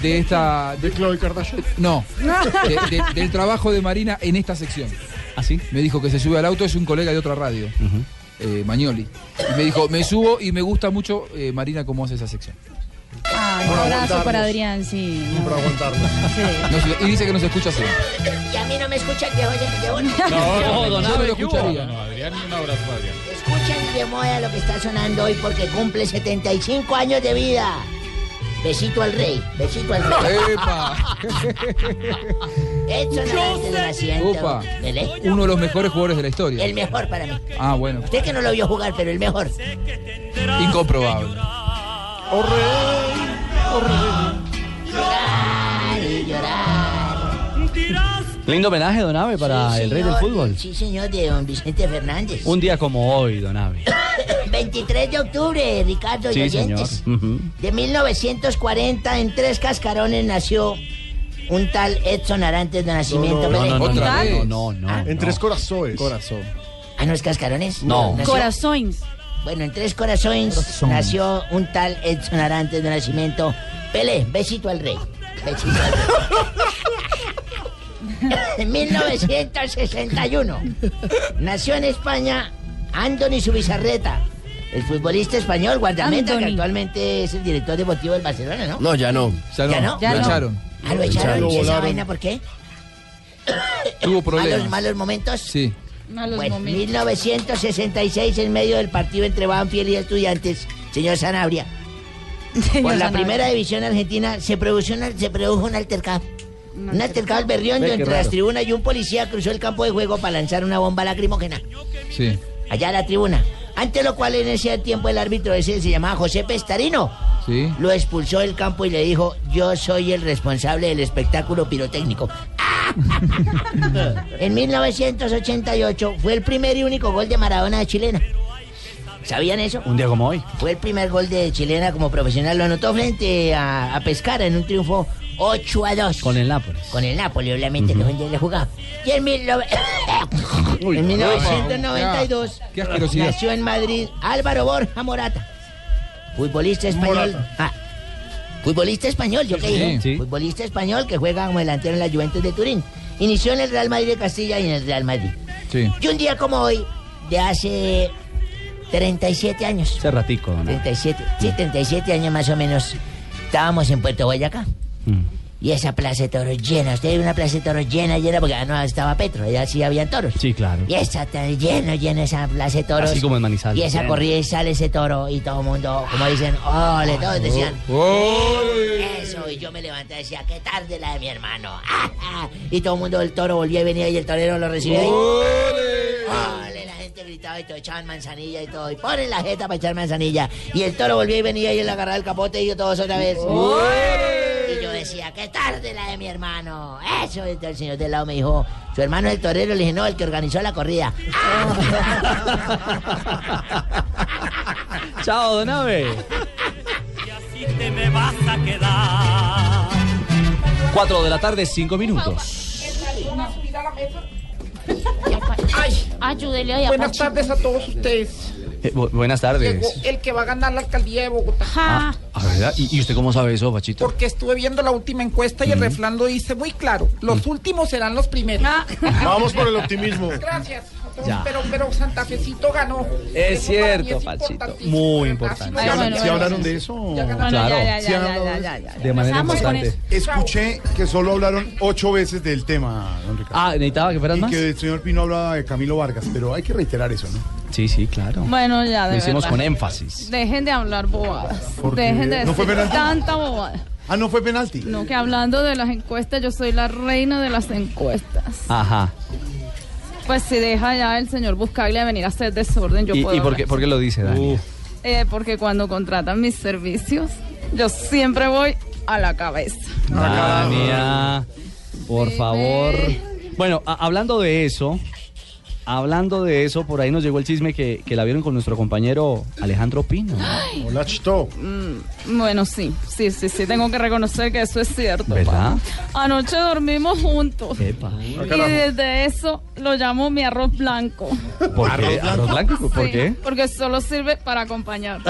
de esta... ¿De Chloe Kardashian? No, de- de- del trabajo de Marina en esta sección. ¿Ah, sí? Me dijo que se sube al auto, es un colega de otra radio, eh, Magnoli. Y me dijo, me subo y me gusta mucho, eh, Marina, cómo hace esa sección. Ah, Ay, un abrazo para Adrián, sí. Para aguantarnos. y dice que nos escucha siempre. Y a mí no me escuchan viejo, yo- yo- yo no lo ¿qué hubo? escucharía. No, no, Adrián, un abrazo para Adrián. Escuchen de moda lo que está sonando hoy porque cumple 75 años de vida. Besito al rey, besito al rey. ¡Epa! Edson Arantes del asiento. Upa. Pelé. Uno de los mejores jugadores de la historia. El mejor para mí. Ah, bueno. Usted que no lo vio jugar, pero el mejor. Incomprobable. Llorar y llorar. Lindo homenaje, Don Ave, para Sí, el rey del señor. fútbol. Sí, señor, de don Vicente Fernández. Un día como hoy, Don Ave. 23 de octubre, Ricardo y Sí, señor. oyentes. De 1940, en Tres Cascarones nació un tal Edson Arantes de nacimiento. no, Belén. no, no, Otra no, vez. no, no, Ah, En tres corazones. Corazón. Ah, no es Cascarones. No. Nació- Corazones. Bueno, en Tres Corazones nació un tal Edson Arantes de nacimiento. Pelé, besito al rey. Besito al rey. En 1961 nació en España Anthony Subizarreta, el futbolista español guardameta que actualmente es el director deportivo del Barcelona, ¿no? No, ya no. Eh. Ya no, no? ya Lo no. echaron. Ah, lo echaron. ¿Y esa vaina por qué? Tuvo problemas. Malos, malos momentos. Sí. Bueno, 1966, en medio del partido entre Banfield y Estudiantes, señor Sanabria. Por la Sanabria. primera división argentina se produjo, una, se produjo un altercado. Un altercado berriondo Ve, qué entre las raro. tribunas y un policía cruzó el campo de juego para lanzar una bomba lacrimógena Sí. allá a la tribuna. Ante lo cual en ese tiempo el árbitro ese se llamaba José Pestarino. Sí. Lo expulsó del campo y le dijo, yo soy el responsable del espectáculo pirotécnico. en 1988 fue el primer y único gol de Maradona de Chilena. ¿Sabían eso? Un día como hoy. Fue el primer gol de Chilena como profesional. Lo anotó frente a, a Pescara en un triunfo 8 a 2. Con el Nápoles. Con el Nápoles, obviamente, que fue el día de jugada. Y en, mil nove- en 1992 Qué asquerosidad. nació en Madrid Álvaro Borja Morata. Futbolista español. Ah, futbolista español, yo qué Sí, dije. sí. Futbolista español que juega como delantero en la Juventus de Turín. Inició en el Real Madrid de Castilla y en el Real Madrid. Sí. Y un día como hoy, de hace 37 años. Hace ratico, don Álvaro. 37, sí, 37 años más o menos. Estábamos en Puerto Boyacá. Y esa plaza de toros llena. Usted ve una plaza de toros llena, llena, porque ya no estaba Petro, ya sí habían toros. Sí, claro. Y esa tan llena, llena esa plaza de toros. Así como en Manizales. Y esa Bien. corrida y sale ese toro y todo el mundo, como dicen, ole, todos decían. "Ole". Eso, y yo me levanté y decía, qué tarde la de mi hermano. Ah, ah. Y todo el mundo, el toro volvía y venía y el torero lo recibía. y- Ole, la gente gritaba y todo, echaban manzanilla y todo. Y ponen la jeta para echar manzanilla. Y el toro volvía y venía y él agarraba el capote y yo todos otra vez. Y yo decía, qué tarde la de mi hermano. Eso, y el señor del lado me dijo, su hermano es el torero. Le dije, no, el que organizó la corrida. Chao, don Ave. te me vas a quedar. 4 de la tarde, 5 minutos. Ay, ayúdele ahí a Buenas Pachi. tardes a todos ustedes. Eh, bu- buenas tardes. Llegó el que va a ganar la alcaldía de Bogotá. Ah, ah, ¿verdad? ¿Y, y usted cómo sabe eso, Pachito? Porque estuve viendo la última encuesta y el refrán lo dice muy claro. Los últimos serán los primeros. Vamos por el optimismo. Gracias. a todos, Ya. Pero, pero Santa Fecito ganó. Es Eso para mí cierto, es Pachito. importantísimo. Muy Sí, importante. hablan- sí hablaron de eso. Claro. De manera Empezamos con importante. Escuché que solo hablaron ocho veces del tema, don Ricardo. Ah, necesitaba que fueran y más. que el señor Pino hablaba de Camilo Vargas, pero hay que reiterar eso, ¿no? Sí, sí, claro. Bueno, ya, de Lo hicimos verdad. con énfasis. Dejen de hablar bobadas. ¿Por qué? Dejen de decir ¿No fue penalti? tanta bobada. Ah, no fue penalti. No, que hablando de las encuestas, yo soy la reina de las encuestas. Ajá. Pues si deja ya el señor Buscaglia venir a hacer desorden, yo ¿Y, puedo y por, qué, hablar. por qué lo dice, Dani? Eh, porque cuando contratan mis servicios, yo siempre voy a la cabeza. Dania, por favor. Bueno, a- hablando de eso, hablando de eso, por ahí nos llegó el chisme que, que la vieron con nuestro compañero Alejandro Pino. Hola, Chito. Mm, bueno, sí, sí, sí, sí, tengo que reconocer que eso es cierto. ¿Verdad? Anoche dormimos juntos. Epa. Y desde eso lo llamo mi arroz blanco. ¿Por qué? ¿Arroz blanco? ¿Por Sí, qué? Porque solo sirve para acompañar.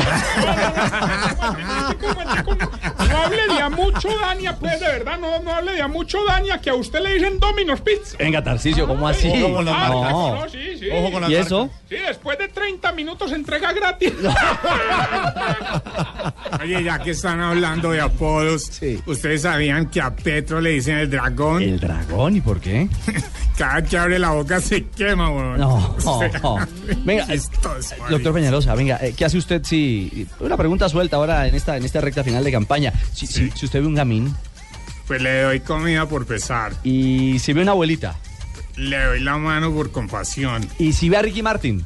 No hable de a mucho Dania, pues de verdad, no, no hable de a mucho Dania, que a usted le dicen Domino's Pizza. Venga, Tarcicio, ¿cómo así? Ojo con las Ah, marcas, no. no, sí, sí. ¿Y eso? Sí, después de 30 minutos entrega gratis. Oye, ya que están hablando de apodos, ¿ustedes sabían que a Petro le dicen el dragón? ¿El dragón? ¿Y por qué? Cada que abre la boca se quema, weón. No, O sea, no. Venga, chistoso, Doctor Peñalosa, venga, eh, ¿qué hace usted si... Una pregunta suelta ahora en esta, en esta recta final de campaña. Si, si- si usted ve un gamín Pues le doy comida por pesar. y si ve una abuelita Le doy la mano por compasión. y si ve a Ricky Martin.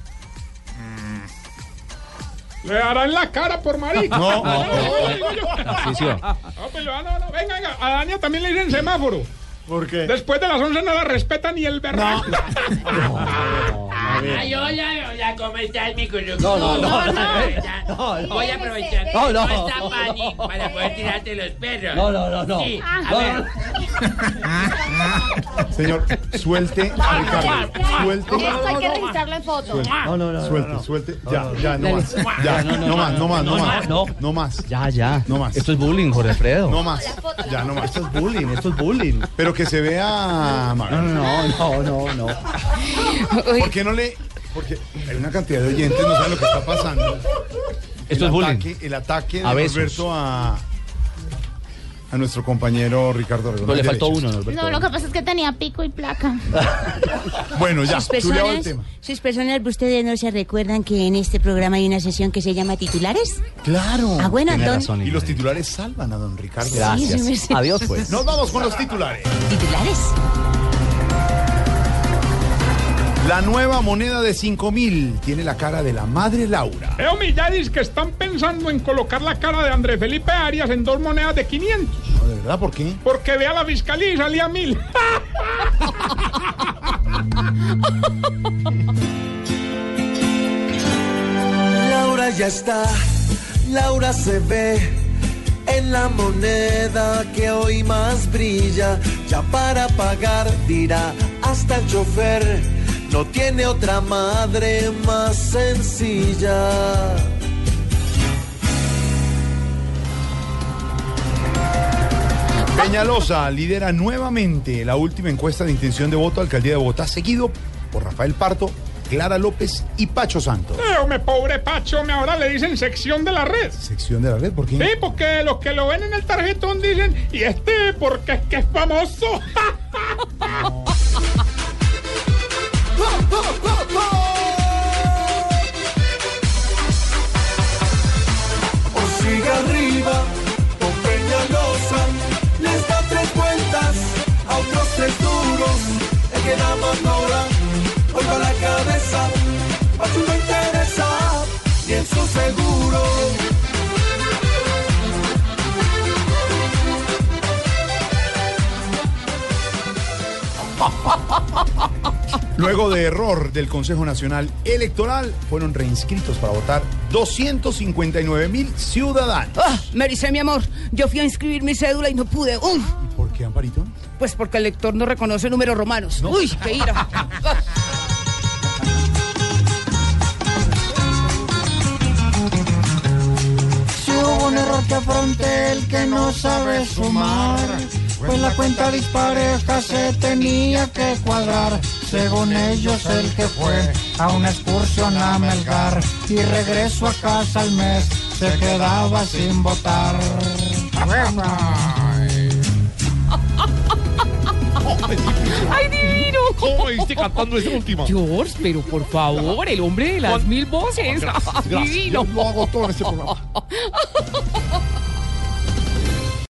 Mm. Le darán la cara por marica. Ah, No, no, no, digo yo. Tarcicio. No, pues, no, no, no. Venga, venga, a Dania también le dicen semáforo. ¿Por qué? Después de las 11 no la respetan ni el berraco. Ay, oye, oye, Hola, ¿cómo estás, mi culo? Ah, No, no, no, ¿Cómo no, estás? no, no. Voy a aprovechar que No, no. no está Pani para poder tirarte los perros. No, no, no, no. Sí, No, a ver. Señor, suelte al Carlos. Suelte. Esto hay que registrarlo en foto. Suelte. No, no, no. Suelte, suelte. Ya, ya, no Dale. más. Ya, No, no, no no, más, no más, no no, más. no. No más. Ya, ya. No más. Esto es bullying, Jorge Alfredo. No más. Ya, no más. Esto es bullying, esto es bullying. Pero que se vea. No, no, no, no, no. ¿Por qué no le.? Porque hay una cantidad de oyentes, no saben lo que está pasando. el Esto es bullying. Ataque, el ataque de A besos. Norberto a, a nuestro compañero Ricardo Arredondo. No, le al faltó derecho. uno, Norberto. No, lo que pasa es que tenía pico y placa. Bueno, ya, Sus chuleado el personas, tema. sus personas, ustedes no se recuerdan que en este programa hay una sesión que se llama titulares. Claro. Ah, bueno, Tiene entonces. razón, y los titulares salvan a don Ricardo. Sí, Gracias. sí, sí. Adiós, pues. Nos vamos con los titulares. Titulares. La nueva moneda de 5000 tiene la cara de la madre Laura. Veo milladis que están pensando en colocar la cara de Andrés Felipe Arias en dos monedas de 500. No, de verdad, ¿por qué? Porque ve a la fiscalía y salía mil. Laura ya está, Laura se ve en la moneda que hoy más brilla. Ya para pagar dirá hasta el chofer, no tiene otra madre más sencilla. Peñalosa lidera nuevamente la última encuesta de intención de voto a alcaldía de Bogotá, seguido por Rafael Parto, Clara López y Pacho Santos. Pero me pobre Pacho, me ahora le dicen sección de la red. Sección de la red, ¿por qué? Sí, porque los que lo ven en el tarjetón dicen, y este porque es que es famoso. O sigue arriba, o Peñalosa, les da tres vueltas a otros tres duros. El que da más ahora, hoy va la cabeza, a su no interesa, y en su seguro. Luego de error del Consejo Nacional Electoral, fueron reinscritos para votar 259 mil ciudadanos. Ah, me ericé, mi amor. Yo fui a inscribir mi cédula y no pude. Uf, ¿Por qué, Amparito? pues porque el lector no reconoce números romanos. Uy, qué ira. Si hubo un error que afronté el que no sabe sumar, pues la cuenta dispareja se tenía que cuadrar. Según ellos el que fue a una excursión a Melgar y regreso a casa al mes se quedaba sin votar. ¡Ay, divino! ¿Cómo viste cantando esa última? George, pero por favor, el hombre de las mil voces. Gracias, gracias. divino. Yo lo hago todo en este programa.